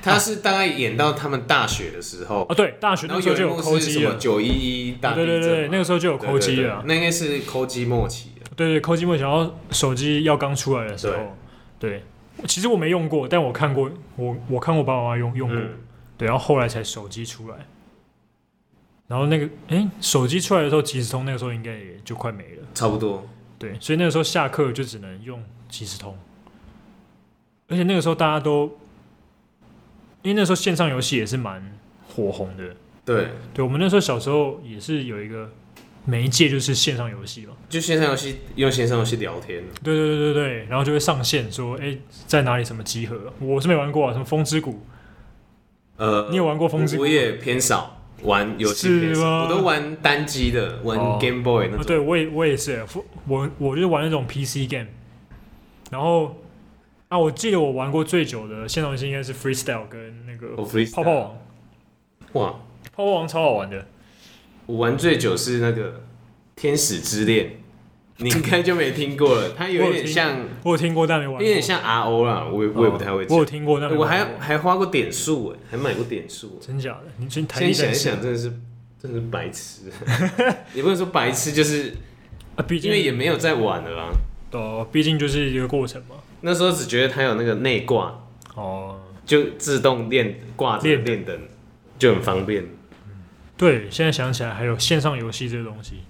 [SPEAKER 2] 他是大概演到他们大学的时候，
[SPEAKER 1] 哦，对，大学
[SPEAKER 2] 然
[SPEAKER 1] 那
[SPEAKER 2] 后
[SPEAKER 1] 时候
[SPEAKER 2] 有
[SPEAKER 1] 就
[SPEAKER 2] 一
[SPEAKER 1] 有
[SPEAKER 2] 幕
[SPEAKER 1] 抠
[SPEAKER 2] 是什
[SPEAKER 1] 机
[SPEAKER 2] 么
[SPEAKER 1] 了。
[SPEAKER 2] 九一一大
[SPEAKER 1] 对
[SPEAKER 2] 地
[SPEAKER 1] 对对对，
[SPEAKER 2] 震
[SPEAKER 1] 那
[SPEAKER 2] 嘛，
[SPEAKER 1] 个时候就有抠机
[SPEAKER 2] 对对对
[SPEAKER 1] 了啊。
[SPEAKER 2] 那应该是抠机末期啊了。
[SPEAKER 1] 对对，抠机末期，然后手机要刚出来的时候，对，其实我没用过，但我看过，我我看过爸爸妈妈用用过，
[SPEAKER 2] 嗯
[SPEAKER 1] 对，然后后来才手机出来。然后那个，哎，手机出来的时候，即时通那个时候应该也就快没了。
[SPEAKER 2] 差不多。
[SPEAKER 1] 对，所以那个时候下课就只能用即时通，而且那个时候大家都，因为那时候线上游戏也是蛮火红的。
[SPEAKER 2] 对，
[SPEAKER 1] 对我们那时候小时候也是有一个媒介就是线上游戏嘛，
[SPEAKER 2] 就线上游戏用线上游戏聊天，
[SPEAKER 1] 对对对对对，然后就会上线说，哎，在哪里什么集合？我是没玩过啊，什么风之谷，
[SPEAKER 2] 呃，
[SPEAKER 1] 你有玩过风之
[SPEAKER 2] 我
[SPEAKER 1] 谷
[SPEAKER 2] 我？也偏少玩游戏，偏
[SPEAKER 1] 是吗
[SPEAKER 2] 少，我都玩单机的，玩
[SPEAKER 1] 哦
[SPEAKER 2] Game Boy 那
[SPEAKER 1] 啊，
[SPEAKER 2] 种。
[SPEAKER 1] 对我也我也是，我我就是玩那种 PC game，然后啊，我记得我玩过最久的线上游戏应该是 Freestyle 跟那个
[SPEAKER 2] 我哦 free
[SPEAKER 1] 哦泡泡网。
[SPEAKER 2] 哇，
[SPEAKER 1] 泡泡王超好玩的，
[SPEAKER 2] 我玩最久是那个《天使之恋》，你应该就没听过了，它有
[SPEAKER 1] 我有
[SPEAKER 2] 点
[SPEAKER 1] 听
[SPEAKER 2] 像，
[SPEAKER 1] 我有听过但没玩
[SPEAKER 2] 有
[SPEAKER 1] 过。
[SPEAKER 2] 点像 RO 啦，我也我也不太会
[SPEAKER 1] 哦我
[SPEAKER 2] 讲
[SPEAKER 1] 有。听过但没
[SPEAKER 2] 我
[SPEAKER 1] 玩过
[SPEAKER 2] 还还花过点数哎，还买过点数。
[SPEAKER 1] 真假的，你真台历
[SPEAKER 2] 现在想
[SPEAKER 1] 在
[SPEAKER 2] 一
[SPEAKER 1] 线
[SPEAKER 2] 想，真的是真的是白痴，也不能说白痴，就是
[SPEAKER 1] 啊，毕
[SPEAKER 2] 因
[SPEAKER 1] 竟
[SPEAKER 2] 为也没有在玩了啊。
[SPEAKER 1] 哦，毕竟就是一个过程嘛。
[SPEAKER 2] 那时候只觉得它有那个内挂，
[SPEAKER 1] 哦，
[SPEAKER 2] 就自动练挂着
[SPEAKER 1] 练
[SPEAKER 2] 练灯，就很方便。
[SPEAKER 1] 对，现在想起来还有线上游戏这个东西，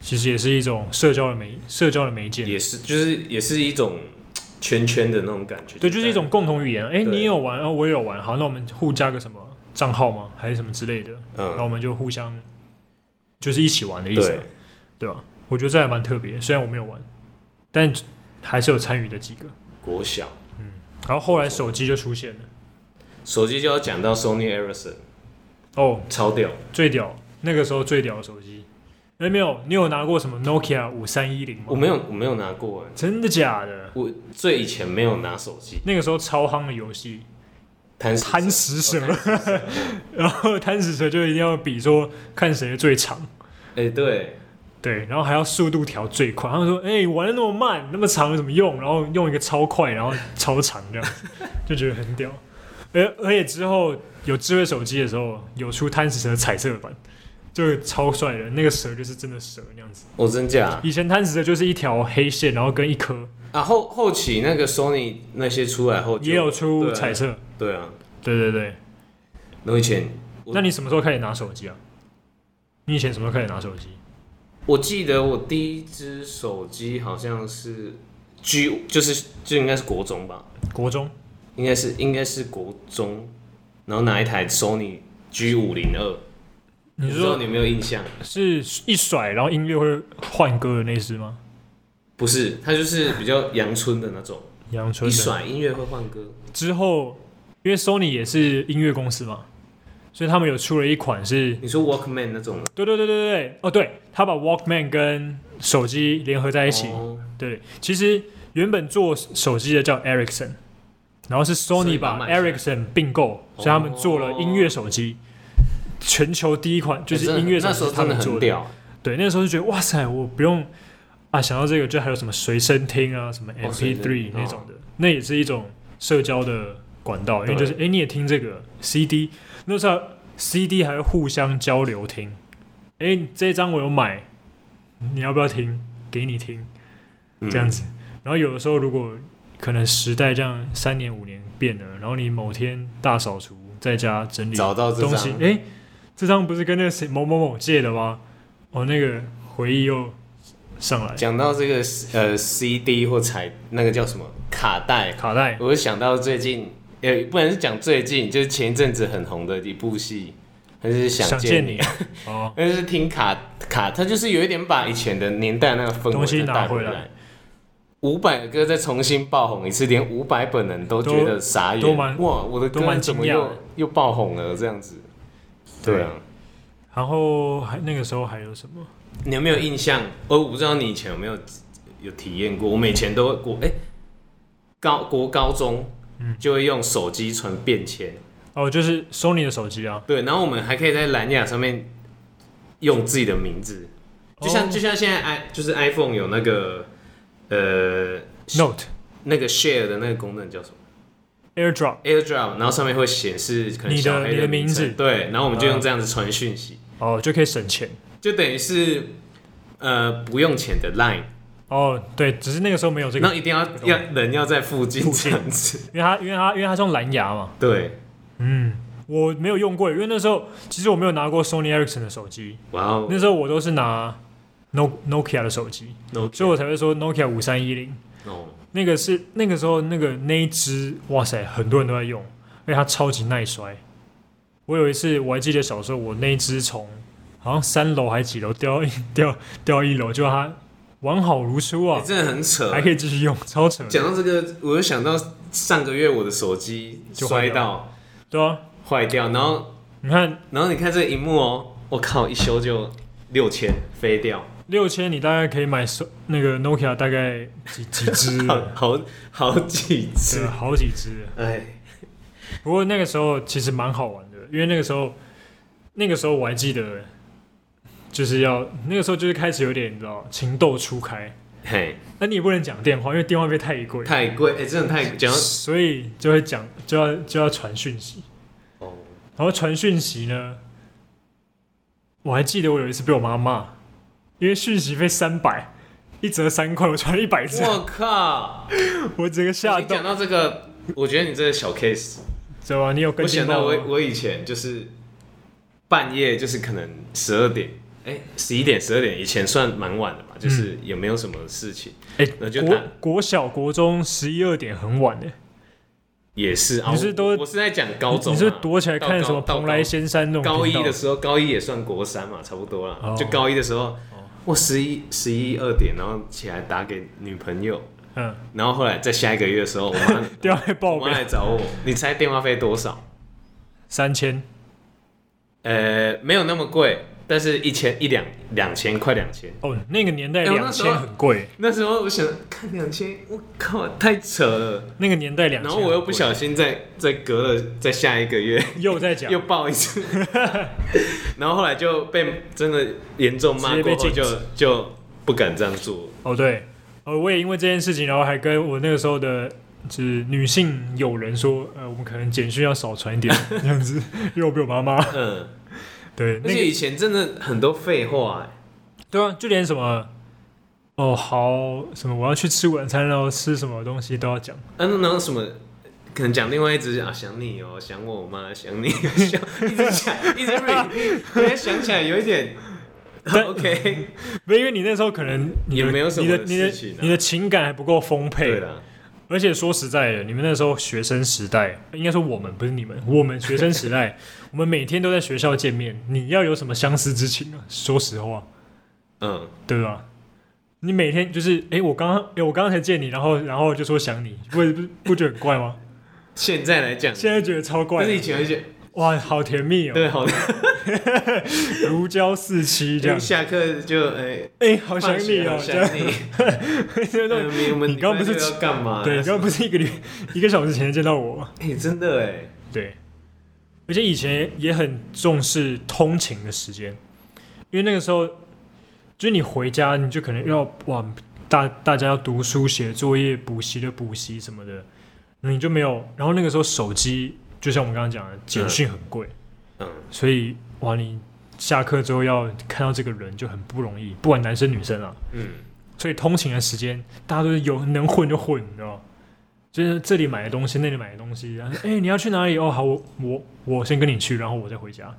[SPEAKER 1] 其实也是一种社交的媒社交的媒介。
[SPEAKER 2] 也是，就是也是一种圈圈的那种感觉。
[SPEAKER 1] 对，就是一种共同语言。哎，
[SPEAKER 2] 对
[SPEAKER 1] 你也有玩，啊，我也有玩，好，那我们互加个什么账号吗？还是什么之类的？然后
[SPEAKER 2] 嗯，
[SPEAKER 1] 我们就互相就是一起玩的意思啊
[SPEAKER 2] 对
[SPEAKER 1] 嘛，，对吧？我觉得这还蛮特别，虽然我没有玩，但还是有参与的几个。
[SPEAKER 2] 国小
[SPEAKER 1] 然后后来手机就出现了。
[SPEAKER 2] 手机就要讲到 Sony Ericsson，
[SPEAKER 1] 哦，
[SPEAKER 2] 超屌。
[SPEAKER 1] 最屌，那个时候最屌的手机。哎，没有，你有拿过什么 Nokia 五三一零吗？
[SPEAKER 2] 我没有，我没有拿过哎，
[SPEAKER 1] 真的假的？
[SPEAKER 2] 我最以前没有拿手机，
[SPEAKER 1] 那个时候超夯的游戏
[SPEAKER 2] 贪食
[SPEAKER 1] 哦贪食蛇， 然后贪食蛇就一定要比说看谁最长，
[SPEAKER 2] 哎，对，
[SPEAKER 1] 对，然后还要速度调最快。他们说，哎、玩的那么慢，那么长有什么用？然后用一个超快，然后超长这样子，就觉得很屌。而而且之后有智慧手机的时候，有出贪食蛇彩色版，就超帅的，那个蛇就是真的蛇那样子。
[SPEAKER 2] 哦，真假
[SPEAKER 1] 以前贪食的就是一条黑线，然后跟一颗，
[SPEAKER 2] 啊？后后期那个 Sony 那些出来后就
[SPEAKER 1] 也有出
[SPEAKER 2] 对啊
[SPEAKER 1] 彩色。
[SPEAKER 2] 对啊，
[SPEAKER 1] 对对对，
[SPEAKER 2] 那我以前我
[SPEAKER 1] 那你什么时候开始拿手机啊？你以前什么时候开始拿手机？
[SPEAKER 2] 我记得我第一只手机好像是 G，就是就应该是国中吧，
[SPEAKER 1] 国中
[SPEAKER 2] 应该是应该是国中，然后拿一台 Sony G 五零二，
[SPEAKER 1] 你
[SPEAKER 2] 不
[SPEAKER 1] 是
[SPEAKER 2] 知道
[SPEAKER 1] 说
[SPEAKER 2] 你有没有印象？
[SPEAKER 1] 是一甩，然后音乐会换歌的那只吗？
[SPEAKER 2] 不是，它就是比较阳春的那种，
[SPEAKER 1] 杨春
[SPEAKER 2] 一
[SPEAKER 1] 的
[SPEAKER 2] 甩音乐会换歌，
[SPEAKER 1] 之后，因为 Sony 也是音乐公司嘛，所以他们有出了一款是，
[SPEAKER 2] 你说 Walkman 那种的
[SPEAKER 1] 对对对对对对，哦对，他把 Walkman 跟手机联合在一起，
[SPEAKER 2] 哦
[SPEAKER 1] 对，其实原本做手机的叫 Ericsson，然后是 Sony 把
[SPEAKER 2] 把它买下
[SPEAKER 1] Ericsson 并购，
[SPEAKER 2] 哦
[SPEAKER 1] 所以他们做了音乐手机，全球第一款就
[SPEAKER 2] 哎真
[SPEAKER 1] 是
[SPEAKER 2] 的
[SPEAKER 1] 音乐手
[SPEAKER 2] 那时
[SPEAKER 1] 机
[SPEAKER 2] 候
[SPEAKER 1] 他
[SPEAKER 2] 真的
[SPEAKER 1] 们做
[SPEAKER 2] 很
[SPEAKER 1] 的。
[SPEAKER 2] 屌，
[SPEAKER 1] 对，那时候就觉得哇塞，我不用啊，想到这个就还有什么随身听啊，什么
[SPEAKER 2] 哦随身
[SPEAKER 1] MP3
[SPEAKER 2] 听
[SPEAKER 1] 那种的，那也是一种社交的管道，因为
[SPEAKER 2] 对
[SPEAKER 1] 就是哎、诶你也听这个 CD，那时候 CD 还会互相交流听，哎、这一张我有买，你要不要听？给你听
[SPEAKER 2] 嗯
[SPEAKER 1] 这样子。然后有的时候如果可能时代这样三年五年变了，然后你某天大扫除在家整理
[SPEAKER 2] 找到这张
[SPEAKER 1] 东西，哎、这张不是跟那个谁某某某借的吗？哦，那个回忆又上来，
[SPEAKER 2] 讲到这个呃 CD 或彩那个叫什么卡带，
[SPEAKER 1] 卡带
[SPEAKER 2] 我就想到最近，呃，不能是讲最近，就是前一阵子很红的一部戏，还是
[SPEAKER 1] 想见
[SPEAKER 2] 见
[SPEAKER 1] 你哦，
[SPEAKER 2] 但是听卡卡，他就是有一点把以前的年代那个氛
[SPEAKER 1] 东西
[SPEAKER 2] 围再
[SPEAKER 1] 拿
[SPEAKER 2] 带
[SPEAKER 1] 回
[SPEAKER 2] 回
[SPEAKER 1] 来
[SPEAKER 2] 来。五百歌再重新爆红一次，连五百本人都觉得傻
[SPEAKER 1] 都
[SPEAKER 2] 眼，
[SPEAKER 1] 蛮
[SPEAKER 2] 哇，我的
[SPEAKER 1] 都
[SPEAKER 2] 歌
[SPEAKER 1] 蛮
[SPEAKER 2] 怎么
[SPEAKER 1] 惊讶
[SPEAKER 2] 又
[SPEAKER 1] 的
[SPEAKER 2] 又爆红了这样子？对啊，
[SPEAKER 1] 然后还那个时候还有什么？
[SPEAKER 2] 你有没有印象？哦，我不知道你以前有没有有体验过。我们以前都会国哎、高国高中，
[SPEAKER 1] 嗯
[SPEAKER 2] 就会用手机存便签，
[SPEAKER 1] 哦，就是 Sony 的手机啊，
[SPEAKER 2] 对，然后我们还可以在蓝牙上面用自己的名字，就像、
[SPEAKER 1] 哦
[SPEAKER 2] 就像现在 i 就是 iPhone 有那个呃
[SPEAKER 1] Note、
[SPEAKER 2] 那个 Share 的那个功能叫什么
[SPEAKER 1] AirDrop，
[SPEAKER 2] AirDrop，然后上面会显示可能
[SPEAKER 1] 你的
[SPEAKER 2] 小黑
[SPEAKER 1] 你的
[SPEAKER 2] 名
[SPEAKER 1] 名字
[SPEAKER 2] 称对，然后我们就用这样子传讯息，
[SPEAKER 1] 哦，就可以省钱。
[SPEAKER 2] 就等于是呃不用钱的 Line。
[SPEAKER 1] 哦，对，只是那个时候没有这个
[SPEAKER 2] 那，一定要要人要在附近这样子。
[SPEAKER 1] 因为它因为它因为它是用蓝牙嘛，
[SPEAKER 2] 对，
[SPEAKER 1] 嗯，我没有用过，因为那时候其实我没有拿过 Sony Ericsson 的手机，
[SPEAKER 2] 哇哦
[SPEAKER 1] 那时候我都是拿 No Nokia 的手机，
[SPEAKER 2] ，no
[SPEAKER 1] 所以我才会说 Nokia 五三一零，
[SPEAKER 2] no，
[SPEAKER 1] 那个是那个时候那个那一只，哇塞，很多人都在用，因为它超级耐摔。我有一次我还记得小时候，我那一只从好像三楼还是几楼掉 到一掉掉到一楼，就它完好如初
[SPEAKER 2] 你
[SPEAKER 1] 啊，
[SPEAKER 2] 哎真的很扯
[SPEAKER 1] 还。可以继续用，超扯的。
[SPEAKER 2] 讲到这个，我就想到上个月我的手机
[SPEAKER 1] 就坏
[SPEAKER 2] 摔
[SPEAKER 1] 掉
[SPEAKER 2] 到
[SPEAKER 1] 对啊，
[SPEAKER 2] 坏掉，然后
[SPEAKER 1] 你看
[SPEAKER 2] 然后你看这个荧幕哦，我靠，一修就六千飞掉，，
[SPEAKER 1] 六千，你大概可以买手那个 Nokia 大概几几只
[SPEAKER 2] 好好好几
[SPEAKER 1] 嗯对
[SPEAKER 2] 次
[SPEAKER 1] 啊，，好几只。
[SPEAKER 2] 哎，
[SPEAKER 1] 不过那个时候其实蛮好玩的，因为那个时候，那个时候我还记得，就是要那个时候就是开始有点你知道情窦初开，
[SPEAKER 2] 嘿，
[SPEAKER 1] 那你也不能讲电话，因为电话费太贵，
[SPEAKER 2] 太贵，哎，真的太讲到
[SPEAKER 1] 所以就会讲就要就要传讯息，
[SPEAKER 2] 哦，
[SPEAKER 1] 然后传讯息呢，我还记得我有一次被我妈骂，因为讯息费三百，一折三块，我传了一百字，
[SPEAKER 2] 我靠，
[SPEAKER 1] 我整个啊吓
[SPEAKER 2] 你
[SPEAKER 1] 到
[SPEAKER 2] 讲，到这个，我觉得你这个小 case
[SPEAKER 1] 知道吗？你有跟
[SPEAKER 2] 我
[SPEAKER 1] 进
[SPEAKER 2] 想到
[SPEAKER 1] 吗
[SPEAKER 2] 我我以前就是半夜，就是可能十二点，哎、十一点、十二点以前算蛮晚的
[SPEAKER 1] 嗯
[SPEAKER 2] 吧，就是也没有什么事情，
[SPEAKER 1] 哎、
[SPEAKER 2] 那就
[SPEAKER 1] 国
[SPEAKER 2] 打
[SPEAKER 1] 国小国中十一二点很晚的、
[SPEAKER 2] 也是啊。
[SPEAKER 1] 你是
[SPEAKER 2] 我
[SPEAKER 1] 都
[SPEAKER 2] 我是在讲高中、啊，
[SPEAKER 1] 你是不是躲起来
[SPEAKER 2] 到
[SPEAKER 1] 看
[SPEAKER 2] 高
[SPEAKER 1] 什么
[SPEAKER 2] 到
[SPEAKER 1] 蓬莱仙山那种
[SPEAKER 2] 高高一
[SPEAKER 1] 频道啊
[SPEAKER 2] 的时候，高一也算国三嘛，差不多啦。
[SPEAKER 1] 哦
[SPEAKER 2] 就高一的时候，我十一十一二点，然后起来打给女朋友，
[SPEAKER 1] 嗯，
[SPEAKER 2] 然后后来在下一个月的时候，我 妈
[SPEAKER 1] 掉在
[SPEAKER 2] 我
[SPEAKER 1] 爆
[SPEAKER 2] 妈
[SPEAKER 1] 表
[SPEAKER 2] 来找我，你猜电话费多少？
[SPEAKER 1] 三千，
[SPEAKER 2] 呃，没有那么贵，但是一千一两两千，快两千。
[SPEAKER 1] 哦，那个年代
[SPEAKER 2] 哎我
[SPEAKER 1] 两
[SPEAKER 2] 那时候
[SPEAKER 1] 千很贵，
[SPEAKER 2] 那时候我 想看两千，我靠，太扯了。
[SPEAKER 1] 那个年代两
[SPEAKER 2] 然
[SPEAKER 1] 千，
[SPEAKER 2] 后我又不小心再再隔了再下一个月
[SPEAKER 1] 又在讲
[SPEAKER 2] 又，报一次， 然后后来就被真的严重骂
[SPEAKER 1] 直接
[SPEAKER 2] 过
[SPEAKER 1] 被
[SPEAKER 2] 后
[SPEAKER 1] 禁止
[SPEAKER 2] 就就不敢这样做。
[SPEAKER 1] 哦对，呃，我也因为这件事情，然后还跟我那个时候的。就是女性友人说，呃，我们可能简讯要少传一点 这样子，因为我被我妈妈
[SPEAKER 2] 嗯，
[SPEAKER 1] 对
[SPEAKER 2] 而
[SPEAKER 1] 那
[SPEAKER 2] 且
[SPEAKER 1] 个
[SPEAKER 2] 以前真的很多废话、欸
[SPEAKER 1] 对啊，就连什么哦好什么我要去吃晚餐，然后吃什么东西都要讲，
[SPEAKER 2] 欸，啊，那然后什么？可能讲另外一只啊，想你哦，想我妈，想 你，想一直想，一直 repeat，突然想起来有一点，OK，
[SPEAKER 1] 不是因为你那时候可能你的
[SPEAKER 2] 也没有什么
[SPEAKER 1] 你的你的
[SPEAKER 2] 事情啊
[SPEAKER 1] 你的情感还不够丰
[SPEAKER 2] 对
[SPEAKER 1] 沛，啊
[SPEAKER 2] 了，
[SPEAKER 1] 而且说实在的，你们那时候学生时代，应该说我们不是你们，我们学生时代，我们每天都在学校见面，你要有什么相思之情啊？说实话，
[SPEAKER 2] 嗯，
[SPEAKER 1] 对吧？你每天就是，哎、我刚刚，哎、我刚刚才见你，然后，然后就说想你，不不不觉得很怪吗？
[SPEAKER 2] 现在来讲，
[SPEAKER 1] 现在觉得超怪
[SPEAKER 2] 但
[SPEAKER 1] 的
[SPEAKER 2] 是，以前会觉得
[SPEAKER 1] 哇，好甜蜜哦，
[SPEAKER 2] 对，好，
[SPEAKER 1] 如胶似漆这样
[SPEAKER 2] 一，下课就哎，
[SPEAKER 1] 哎、好想
[SPEAKER 2] 放
[SPEAKER 1] 你
[SPEAKER 2] 学
[SPEAKER 1] 哦
[SPEAKER 2] 好，
[SPEAKER 1] 这样
[SPEAKER 2] 想，你。
[SPEAKER 1] 这种
[SPEAKER 2] 哎我们
[SPEAKER 1] 你刚不是
[SPEAKER 2] 礼拜六要干嘛？
[SPEAKER 1] 对，你刚刚不是一个礼一个小时前见到我吗？
[SPEAKER 2] 哎，真的哎，
[SPEAKER 1] 对，而且以前也很重视通勤的时间，因为那个时候就是你回家，你就可能要哇，大大家要读书、写作业、补习的补习什么的，你就没有。然后那个时候手机，就像我们刚刚讲的，简讯很贵，
[SPEAKER 2] 嗯，
[SPEAKER 1] 所以哇，你下课之后要看到这个人就很不容易，不管男生女生啊。
[SPEAKER 2] 嗯，
[SPEAKER 1] 所以通勤的时间，大家都是有能混就混，你知道吗？就是这里买的东西，那里买的东西，然后哎、你要去哪里？哦，好，我我我先跟你去，然后我再回家。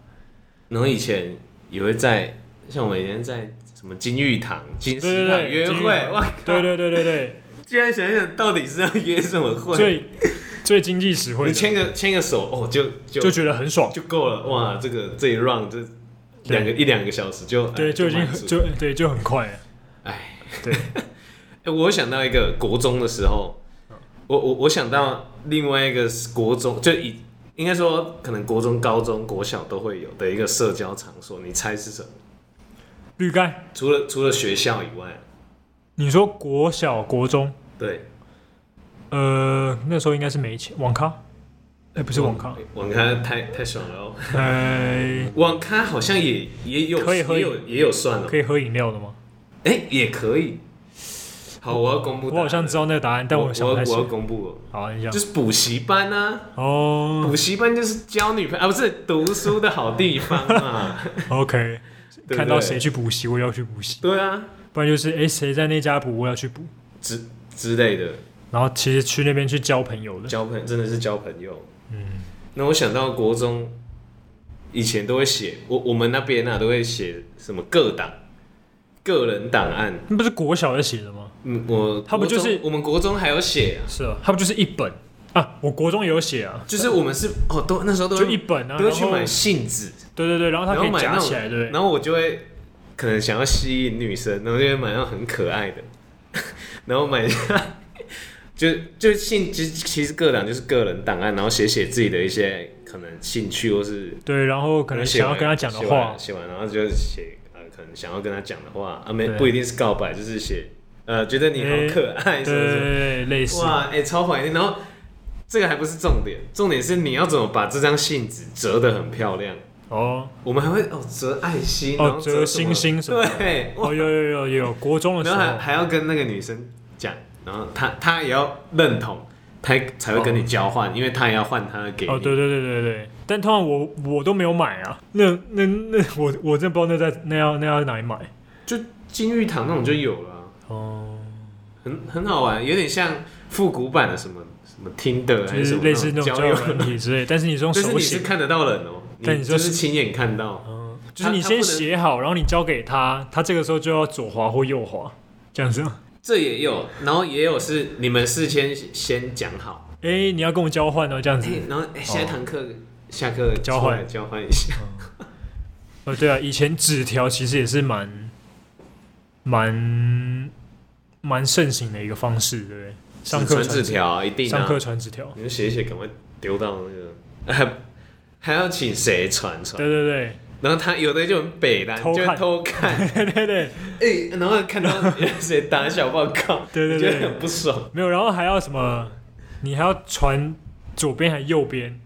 [SPEAKER 2] 然后以前也会在，像我以前在什么金玉堂、金
[SPEAKER 1] 对
[SPEAKER 2] 石
[SPEAKER 1] 对
[SPEAKER 2] 堂
[SPEAKER 1] 对
[SPEAKER 2] 约
[SPEAKER 1] 金玉
[SPEAKER 2] 会，
[SPEAKER 1] 堂
[SPEAKER 2] 哇，
[SPEAKER 1] 对对对对对，
[SPEAKER 2] 现在想想到底是要约什么会？
[SPEAKER 1] 最最经济实惠
[SPEAKER 2] 你
[SPEAKER 1] 的，
[SPEAKER 2] 牵个牵个手哦，就就
[SPEAKER 1] 就觉得很爽。
[SPEAKER 2] 就够了，哇，这个这一 round 这
[SPEAKER 1] 对
[SPEAKER 2] 两个一两个小时就哎
[SPEAKER 1] 对，就已经
[SPEAKER 2] 满
[SPEAKER 1] 很
[SPEAKER 2] 足
[SPEAKER 1] 就对就很快了。
[SPEAKER 2] 哎，
[SPEAKER 1] 对，
[SPEAKER 2] 哎，我想到一个国中的时候，
[SPEAKER 1] 嗯
[SPEAKER 2] 我我我想到另外一个是国中，就以应该说可能国中、高中、国小都会有的一个社交场所，你猜是什么？
[SPEAKER 1] 绿盖，
[SPEAKER 2] 除了除了学校以外，
[SPEAKER 1] 你说国小国中，
[SPEAKER 2] 对，
[SPEAKER 1] 呃，那时候应该是没钱网咖，哎、不
[SPEAKER 2] 不
[SPEAKER 1] 是网咖，，
[SPEAKER 2] 网咖太太爽了哦，
[SPEAKER 1] 呃，
[SPEAKER 2] 网咖好像也也有
[SPEAKER 1] 可以喝
[SPEAKER 2] 也有也有算了，哦
[SPEAKER 1] 可以喝饮料的吗？
[SPEAKER 2] 哎、也可以。好，我要公布答
[SPEAKER 1] 我
[SPEAKER 2] 案了，
[SPEAKER 1] 好像知道那个答案，但
[SPEAKER 2] 我
[SPEAKER 1] 想不
[SPEAKER 2] 我
[SPEAKER 1] 太
[SPEAKER 2] 要
[SPEAKER 1] 起
[SPEAKER 2] 我
[SPEAKER 1] 来
[SPEAKER 2] 要。公布了，
[SPEAKER 1] 好，你讲
[SPEAKER 2] 就是补习班啊，
[SPEAKER 1] 哦
[SPEAKER 2] 补习班就是交女朋友啊，不是读书的好地方啊嘛。
[SPEAKER 1] ，OK，
[SPEAKER 2] 不对
[SPEAKER 1] 看到谁去补习，我也要去补习，
[SPEAKER 2] 对啊，
[SPEAKER 1] 不然就是哎谁、在那家补，我也要去补。
[SPEAKER 2] 之之类的，
[SPEAKER 1] 然后其实去那边去交朋友的，
[SPEAKER 2] 交朋真的是交朋友。
[SPEAKER 1] 嗯，
[SPEAKER 2] 那我想到国中以前都会写，我我们那边啊都会写什么个档、个人档案。
[SPEAKER 1] 那不是国小在写的吗？
[SPEAKER 2] 嗯，我
[SPEAKER 1] 他不就是
[SPEAKER 2] 国中我们国中还有写、啊，
[SPEAKER 1] 是啊，它不就是一本啊？我国中也有写啊，
[SPEAKER 2] 就是我们是哦，都那时候都
[SPEAKER 1] 就
[SPEAKER 2] 会
[SPEAKER 1] 一本啊，
[SPEAKER 2] 都会
[SPEAKER 1] 然
[SPEAKER 2] 去
[SPEAKER 1] 后
[SPEAKER 2] 买信纸，
[SPEAKER 1] 对对对，然后它
[SPEAKER 2] 然
[SPEAKER 1] 可
[SPEAKER 2] 后
[SPEAKER 1] 以
[SPEAKER 2] 买
[SPEAKER 1] 夹
[SPEAKER 2] 那
[SPEAKER 1] 起来，对
[SPEAKER 2] 种，
[SPEAKER 1] 不对？
[SPEAKER 2] 然后我就会可能想要吸引女生，然后就会买那种很可爱的， 然后买下来，就就兴其实其实个档就是个人档案，然后写写自己的一些可能兴趣或是
[SPEAKER 1] 对，然后可能
[SPEAKER 2] 写
[SPEAKER 1] 想
[SPEAKER 2] 完
[SPEAKER 1] 要跟他讲的
[SPEAKER 2] 写
[SPEAKER 1] 话
[SPEAKER 2] 完，写完然后就写呃可能想要跟他讲的话啊没
[SPEAKER 1] 对
[SPEAKER 2] 不一定是告白，就是写呃觉得你好可爱
[SPEAKER 1] 对
[SPEAKER 2] 什么
[SPEAKER 1] 对
[SPEAKER 2] 什么，
[SPEAKER 1] 对，类似，
[SPEAKER 2] 哇哎、超怀念，然后。这个还不是重点，重点是你要怎么把这张信纸折得很漂亮。
[SPEAKER 1] 哦，
[SPEAKER 2] 我们还会哦折爱心，
[SPEAKER 1] 哦
[SPEAKER 2] 然后
[SPEAKER 1] 折
[SPEAKER 2] 什
[SPEAKER 1] 星
[SPEAKER 2] 么
[SPEAKER 1] 星什么的
[SPEAKER 2] 对，哇
[SPEAKER 1] 哦，有有有有，国中的时
[SPEAKER 2] 然后还
[SPEAKER 1] 候，
[SPEAKER 2] 还要跟那个女生讲，然后她她也要认同，她才会跟你交换，因为她也要换她的给你。
[SPEAKER 1] 哦，对对对对对，但通常我我都没有买啊，那那那我我真不知道那在那要那要哪里买，
[SPEAKER 2] 就金玉堂那种就有了啊，
[SPEAKER 1] 哦，
[SPEAKER 2] 很很好玩，有点像复古版的什么什么听的还
[SPEAKER 1] 就是
[SPEAKER 2] 什
[SPEAKER 1] 是
[SPEAKER 2] 么
[SPEAKER 1] 类似那种
[SPEAKER 2] 交
[SPEAKER 1] 交友
[SPEAKER 2] 友，
[SPEAKER 1] 软体之类，但是你是用
[SPEAKER 2] 但是
[SPEAKER 1] 手
[SPEAKER 2] 你是
[SPEAKER 1] 写，
[SPEAKER 2] 看得到人哦，
[SPEAKER 1] 但
[SPEAKER 2] 你
[SPEAKER 1] 你
[SPEAKER 2] 就
[SPEAKER 1] 就是
[SPEAKER 2] 亲眼看到。
[SPEAKER 1] 嗯，就是
[SPEAKER 2] 他
[SPEAKER 1] 你
[SPEAKER 2] 他
[SPEAKER 1] 先
[SPEAKER 2] 不能
[SPEAKER 1] 写好，然后你交给他，他这个时候就要左滑或右滑，这样子吗。
[SPEAKER 2] 这也有，然后也有是你们事先先讲好，
[SPEAKER 1] 哎、你要跟我交换哦，这样子
[SPEAKER 2] 哎。，然后哎下一堂课下课
[SPEAKER 1] 交
[SPEAKER 2] 出
[SPEAKER 1] 换
[SPEAKER 2] 来交换一下。
[SPEAKER 1] 哦，对啊，以前纸条其实也是蛮、蛮、蛮盛行的一个方式，对不对？上课
[SPEAKER 2] 传纸，条啊，一定
[SPEAKER 1] 上
[SPEAKER 2] 啊
[SPEAKER 1] 课，传纸条，
[SPEAKER 2] 你就写一写，赶快丢到那个，还还要请谁传传，
[SPEAKER 1] 对对
[SPEAKER 2] 然后他有的就很北的，
[SPEAKER 1] 偷
[SPEAKER 2] 就
[SPEAKER 1] 看
[SPEAKER 2] 会偷看，
[SPEAKER 1] 对，对对对，
[SPEAKER 2] 哎，然后 看到谁打小报告，
[SPEAKER 1] 对对
[SPEAKER 2] 你
[SPEAKER 1] 对
[SPEAKER 2] 觉得很不爽，
[SPEAKER 1] 没有，然后还要什么？你还要传左边还右边，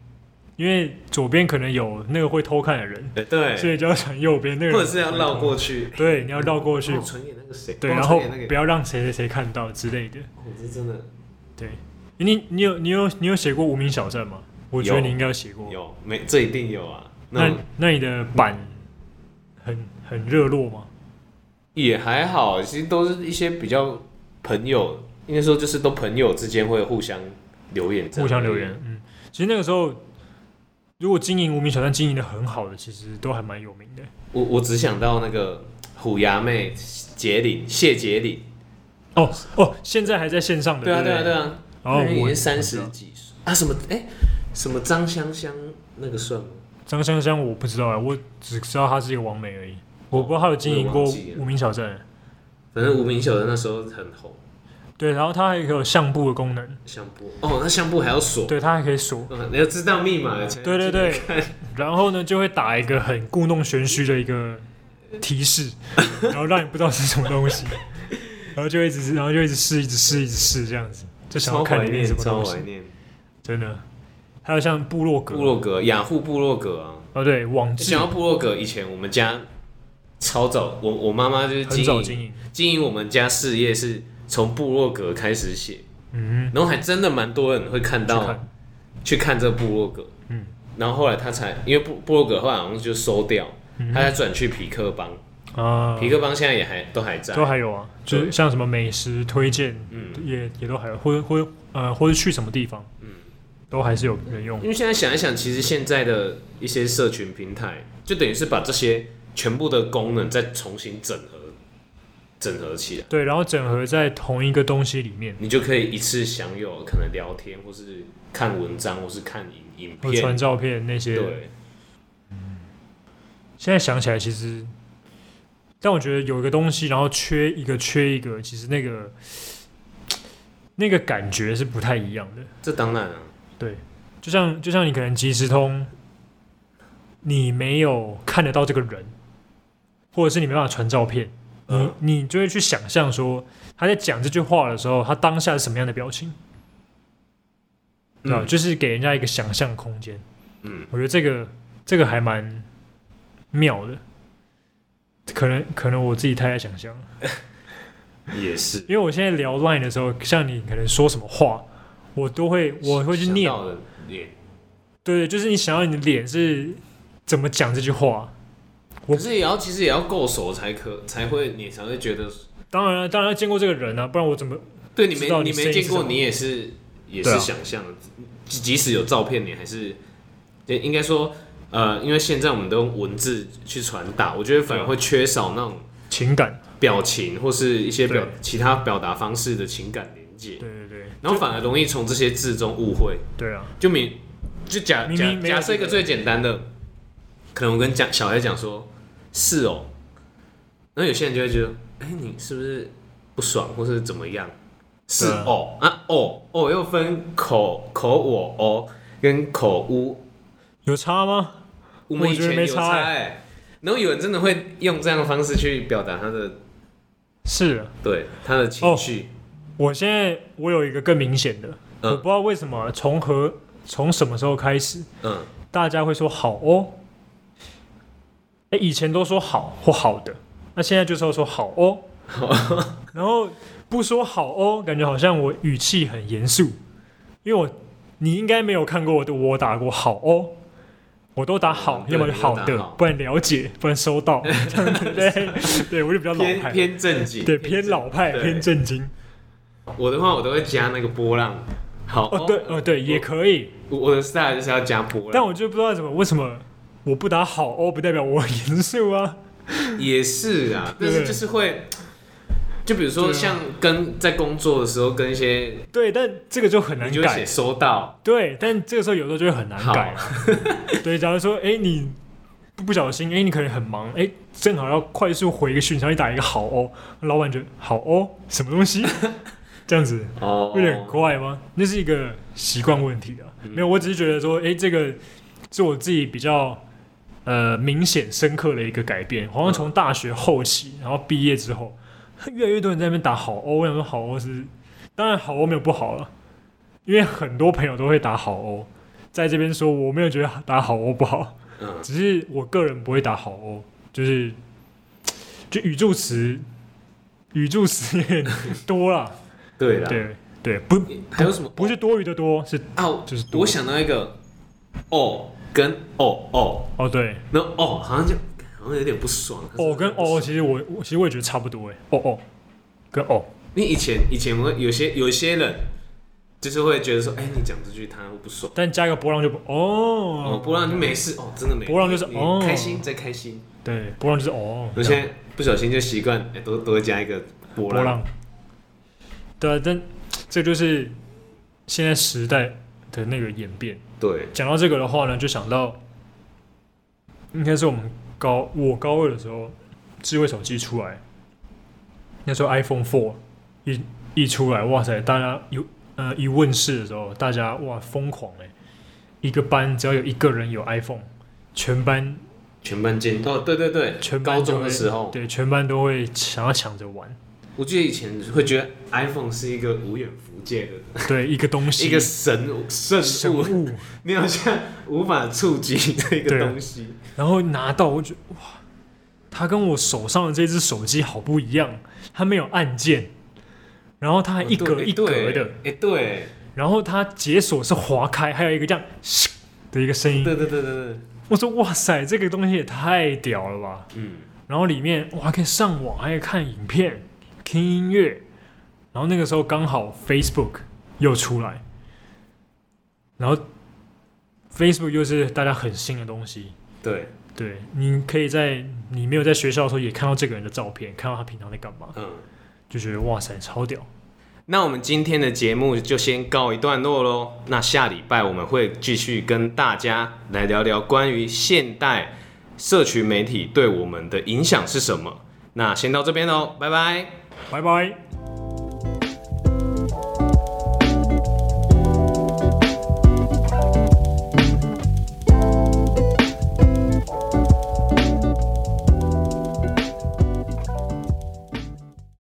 [SPEAKER 1] 因为左边可能有那个会偷看的人，
[SPEAKER 2] 对对，
[SPEAKER 1] 所以就要传右边那个人，
[SPEAKER 2] 或者是要绕，过去，
[SPEAKER 1] 对，你要绕过去
[SPEAKER 2] 帮我，传给那个谁，
[SPEAKER 1] 对，
[SPEAKER 2] 帮
[SPEAKER 1] 然
[SPEAKER 2] 我
[SPEAKER 1] 后
[SPEAKER 2] 传给那
[SPEAKER 1] 不
[SPEAKER 2] 个，
[SPEAKER 1] 要让谁谁谁看到之类的。
[SPEAKER 2] 我这真的
[SPEAKER 1] 对，你你有你有你有写过无名小站吗？我觉得
[SPEAKER 2] 有
[SPEAKER 1] 你应该有写过。
[SPEAKER 2] 有没这一定有啊，
[SPEAKER 1] 那
[SPEAKER 2] 那
[SPEAKER 1] 那你的版很很热络吗？
[SPEAKER 2] 也还好，其实都是一些比较朋友，应该说就是都朋友之间会互相留言，
[SPEAKER 1] 互相留言，，嗯，其实那个时候，如果经营无名小站经营的很好的，其实都还蛮有名的。
[SPEAKER 2] 我我只想到那个虎牙妹杰里谢杰里，
[SPEAKER 1] 哦哦，现在还在线上的，
[SPEAKER 2] 对啊
[SPEAKER 1] 不
[SPEAKER 2] 对啊对。啊，
[SPEAKER 1] 然后
[SPEAKER 2] 那已
[SPEAKER 1] 哦我
[SPEAKER 2] 经三
[SPEAKER 1] 我
[SPEAKER 2] 十
[SPEAKER 1] 知道
[SPEAKER 2] 几岁啊，什么哎、什么张香香那个算吗？
[SPEAKER 1] 张香香，我不知道啊，我只知道她是一个王美而已，我不知道她有经营
[SPEAKER 2] 我
[SPEAKER 1] 过
[SPEAKER 2] 也忘记了
[SPEAKER 1] 无名小站。
[SPEAKER 2] 反正无名小的那时候很红，
[SPEAKER 1] 对，然后它还有相簿的功能，
[SPEAKER 2] 相簿哦，那相簿还要锁，
[SPEAKER 1] 对，它还可以锁。
[SPEAKER 2] 嗯，你要知道密码了才能
[SPEAKER 1] 对对
[SPEAKER 2] 进来
[SPEAKER 1] 对，然后呢就会打一个很故弄玄虚的一个提 示，然后让你不知道是什么东西，然后就一直然后就一直试，一直试，一直试这样子，就想要
[SPEAKER 2] 超
[SPEAKER 1] 看
[SPEAKER 2] 怀
[SPEAKER 1] 里面是
[SPEAKER 2] 念
[SPEAKER 1] 什么
[SPEAKER 2] 超
[SPEAKER 1] 东
[SPEAKER 2] 怀
[SPEAKER 1] 西，
[SPEAKER 2] 念
[SPEAKER 1] 真的。还有像部落格，
[SPEAKER 2] 部落格雅虎部落格啊，
[SPEAKER 1] 哦对，网志
[SPEAKER 2] 想要部落格以前我们家超早，我我妈妈就是
[SPEAKER 1] 很早
[SPEAKER 2] 经营
[SPEAKER 1] 经营，
[SPEAKER 2] 经营我们家事业是从部落格开始写，
[SPEAKER 1] 嗯，
[SPEAKER 2] 然后还真的蛮多人会看
[SPEAKER 1] 去
[SPEAKER 2] 到
[SPEAKER 1] 看，
[SPEAKER 2] 去看这部落格，
[SPEAKER 1] 嗯，
[SPEAKER 2] 然后后来他才因为部部落格后来好像就收掉，
[SPEAKER 1] 嗯
[SPEAKER 2] 他才转去皮克邦，
[SPEAKER 1] 啊，
[SPEAKER 2] 皮克邦现在也还都还在，
[SPEAKER 1] 都还有啊，就是
[SPEAKER 2] 对
[SPEAKER 1] 像什么美食推荐，
[SPEAKER 2] 嗯，
[SPEAKER 1] 也也都还有，或者或者呃，或者去什么地方，嗯，都还是有人用
[SPEAKER 2] 因。为现在想一想，其实现在的一些社群平台，就等于是把这些全部的功能再重新整合，整合起来，
[SPEAKER 1] 对，然后整合在同一个东西里面，
[SPEAKER 2] 你就可以一次享有可能聊天，或是看文章，或是看影影
[SPEAKER 1] 或者
[SPEAKER 2] 片
[SPEAKER 1] 传，照片那些。
[SPEAKER 2] 对，
[SPEAKER 1] 现在想起来，其实，但我觉得有一个东西，然后缺一个缺一个，其实那个那个感觉是不太一样的。
[SPEAKER 2] 这当然啊，
[SPEAKER 1] 就像就像你可能即时通，你没有看得到这个人，或者是你没办法传照片，你
[SPEAKER 2] 嗯
[SPEAKER 1] 你就会去想象说他在讲这句话的时候，他当下是什么样的表情，对吧？
[SPEAKER 2] 嗯
[SPEAKER 1] 就是给人家一个想象空间。
[SPEAKER 2] 嗯，
[SPEAKER 1] 我觉得这个这个还蛮妙的，可能可能我自己太爱想象了，
[SPEAKER 2] 也是，
[SPEAKER 1] 因为我现在聊 Line 的时候，像你可能说什么话，我都会 我会去
[SPEAKER 2] 想
[SPEAKER 1] 念，
[SPEAKER 2] 到的也
[SPEAKER 1] 对，就是你想要你的脸是怎么讲这句话。我
[SPEAKER 2] 可是也要其实也要够熟才可才会你才会觉得，
[SPEAKER 1] 当然了，当然要见过这个人啊，不然我怎么
[SPEAKER 2] 对你
[SPEAKER 1] 知
[SPEAKER 2] 没
[SPEAKER 1] 道你
[SPEAKER 2] 你
[SPEAKER 1] 声
[SPEAKER 2] 没
[SPEAKER 1] 音是
[SPEAKER 2] 见过
[SPEAKER 1] 什，么
[SPEAKER 2] 你也是也
[SPEAKER 1] 对啊
[SPEAKER 2] 是想象的，即即使有照片，你还是对应该说呃，因为现在我们都用文字去传达，我觉得反而会缺少那种
[SPEAKER 1] 情感？
[SPEAKER 2] 表情或是一些表
[SPEAKER 1] 对
[SPEAKER 2] 其他表达方式的情感连接，
[SPEAKER 1] 对对对
[SPEAKER 2] 然后反而容易从这些字中误会。
[SPEAKER 1] 对啊，
[SPEAKER 2] 就明就假
[SPEAKER 1] 明
[SPEAKER 2] 假
[SPEAKER 1] 明没有
[SPEAKER 2] 假设一
[SPEAKER 1] 这
[SPEAKER 2] 个
[SPEAKER 1] 个
[SPEAKER 2] 最简单的，可能我跟讲小孩讲说是哦，然后有些人就会觉得，哎、你是不是不爽或是怎么样？是
[SPEAKER 1] 对啊
[SPEAKER 2] 哦啊哦哦，又分口口我哦跟口乌，
[SPEAKER 1] 有差吗？
[SPEAKER 2] 我们
[SPEAKER 1] 我
[SPEAKER 2] 以
[SPEAKER 1] 觉得
[SPEAKER 2] 前
[SPEAKER 1] 没
[SPEAKER 2] 有
[SPEAKER 1] 差
[SPEAKER 2] 差哎、然后有人真的会用这样的方式去表达他的
[SPEAKER 1] 是啊
[SPEAKER 2] 对他的情绪，
[SPEAKER 1] 我现在我有一个更明显的，
[SPEAKER 2] 嗯
[SPEAKER 1] 我不知道为什么啊从何从什么时候开始，
[SPEAKER 2] 嗯
[SPEAKER 1] 大家会说好哦。哎，以前都说好或好的，那现在就是要说好 哦。然后不说好哦，感觉好像我语气很严肃，因为我你应该没有看过我的我打过好哦，我都打好，
[SPEAKER 2] 嗯
[SPEAKER 1] 要么就
[SPEAKER 2] 对你都
[SPEAKER 1] 好
[SPEAKER 2] 打
[SPEAKER 1] 的
[SPEAKER 2] 好，
[SPEAKER 1] 不然了解，不然收 到，这样子对对，我就比较老
[SPEAKER 2] 偏
[SPEAKER 1] 派，
[SPEAKER 2] 偏正经，
[SPEAKER 1] 对偏老派
[SPEAKER 2] 对
[SPEAKER 1] 偏正经。
[SPEAKER 2] 我的话我都会加那个波浪，好
[SPEAKER 1] 哦，对哦对也可以，
[SPEAKER 2] 我我的 style 就是要加波浪，
[SPEAKER 1] 但我就不知道怎么为什么我不打好哦，不代表我严肃啊。
[SPEAKER 2] 也是啊，但
[SPEAKER 1] 对
[SPEAKER 2] 是就是会，就比如
[SPEAKER 1] 对
[SPEAKER 2] 说
[SPEAKER 1] 啊
[SPEAKER 2] 像跟在工作的时候跟一些，
[SPEAKER 1] 对，但这个就很难
[SPEAKER 2] 你就会
[SPEAKER 1] 改
[SPEAKER 2] 写。收到，
[SPEAKER 1] 对，但这个时候有时候就会很难改啊。 对，假如说，哎、你不不小心，哎、你可能很忙，哎、正好要快速回一个讯息，然后你打一个好哦，老板就好哦，什么东西？ 这样子
[SPEAKER 2] 哦嗯
[SPEAKER 1] 有点怪吗？那是一个习惯问题啊。没有，我只是觉得说，哎、这个是我自己比较呃明显深刻的一个改变，好像
[SPEAKER 2] 嗯
[SPEAKER 1] 从大学后期，然后毕业之后，越来越多人在那边打好欧，我想说好欧是，当然好欧没有不好了，因为很多朋友都会打好欧，在这边说我没有觉得打好欧不好，
[SPEAKER 2] 嗯，
[SPEAKER 1] 只是我个人不会打好欧，就是就语助词。语助词有点多 了，
[SPEAKER 2] 对啦，
[SPEAKER 1] 对对，不
[SPEAKER 2] 还有什么
[SPEAKER 1] 不是多余的多，是
[SPEAKER 2] 啊？我
[SPEAKER 1] 就是多
[SPEAKER 2] 我想到一个哦跟哦哦，
[SPEAKER 1] 哦对，
[SPEAKER 2] 那哦好像就好像有点不爽，啊
[SPEAKER 1] 哦跟哦，，其实我我其实我也觉得差不多哎，哦哦跟哦，
[SPEAKER 2] 你以前以前会有些有些人就是会觉得说，哎，你讲这句他会不爽，
[SPEAKER 1] 但加一个波浪就不
[SPEAKER 2] 哦
[SPEAKER 1] 哦，
[SPEAKER 2] 波浪就没事哦，真的没事，
[SPEAKER 1] 波浪就是
[SPEAKER 2] 你
[SPEAKER 1] 哦
[SPEAKER 2] 开心再开心，
[SPEAKER 1] 对，波浪就是哦，
[SPEAKER 2] 我现在不小心就习惯，哎，都都会加一个波
[SPEAKER 1] 波
[SPEAKER 2] 浪。
[SPEAKER 1] 浪，对啊，但这就是现在时代的那个演变。
[SPEAKER 2] 对，
[SPEAKER 1] 讲到这个的话呢，就想到应该是我们高我高二的时候，智慧手机出来，那时候 iPhone Four 一一出来，哇塞，大家有呃一问世的时候，大家哇疯狂哎、一个班只要有一个人有 iPhone，全班
[SPEAKER 2] 全班见哦，对对对，
[SPEAKER 1] 全班
[SPEAKER 2] 高
[SPEAKER 1] 就
[SPEAKER 2] 中
[SPEAKER 1] 会
[SPEAKER 2] 的时候，
[SPEAKER 1] 对全班都会想要抢着玩，
[SPEAKER 2] 我记得以前会觉得 iPhone 是一个无远弗届的
[SPEAKER 1] 对一个东西
[SPEAKER 2] 一个神圣
[SPEAKER 1] 生
[SPEAKER 2] 物，
[SPEAKER 1] 物，
[SPEAKER 2] 你好像无法触及这个东西。
[SPEAKER 1] 然后拿到我觉得哇，它跟我手上的这只手机好不一样，它没有按键，然后它还一格一格的，
[SPEAKER 2] 哎、哦对，
[SPEAKER 1] 然后它解锁是划开，还有一个这样咻的一个声
[SPEAKER 2] 对
[SPEAKER 1] 音。
[SPEAKER 2] 对对对对，
[SPEAKER 1] 我说哇塞，这个东西也太屌了吧！
[SPEAKER 2] 嗯，
[SPEAKER 1] 然后里面我还可以上网，还可以看影片、听音乐。然后那个时候刚好 Facebook 又出来，然后 Facebook 又是大家很新的东西，
[SPEAKER 2] 对，
[SPEAKER 1] 对，你可以在你没有在学校的时候也看到这个人的照片，看到他平常在干嘛，
[SPEAKER 2] 嗯。
[SPEAKER 1] 就觉得哇塞，超屌！
[SPEAKER 2] 那我们今天的节目就先告一段落喽。那下礼拜我们会继续跟大家来聊聊关于现代社群媒体对我们的影响是什么。那先到这边喽，拜拜。
[SPEAKER 1] 拜拜。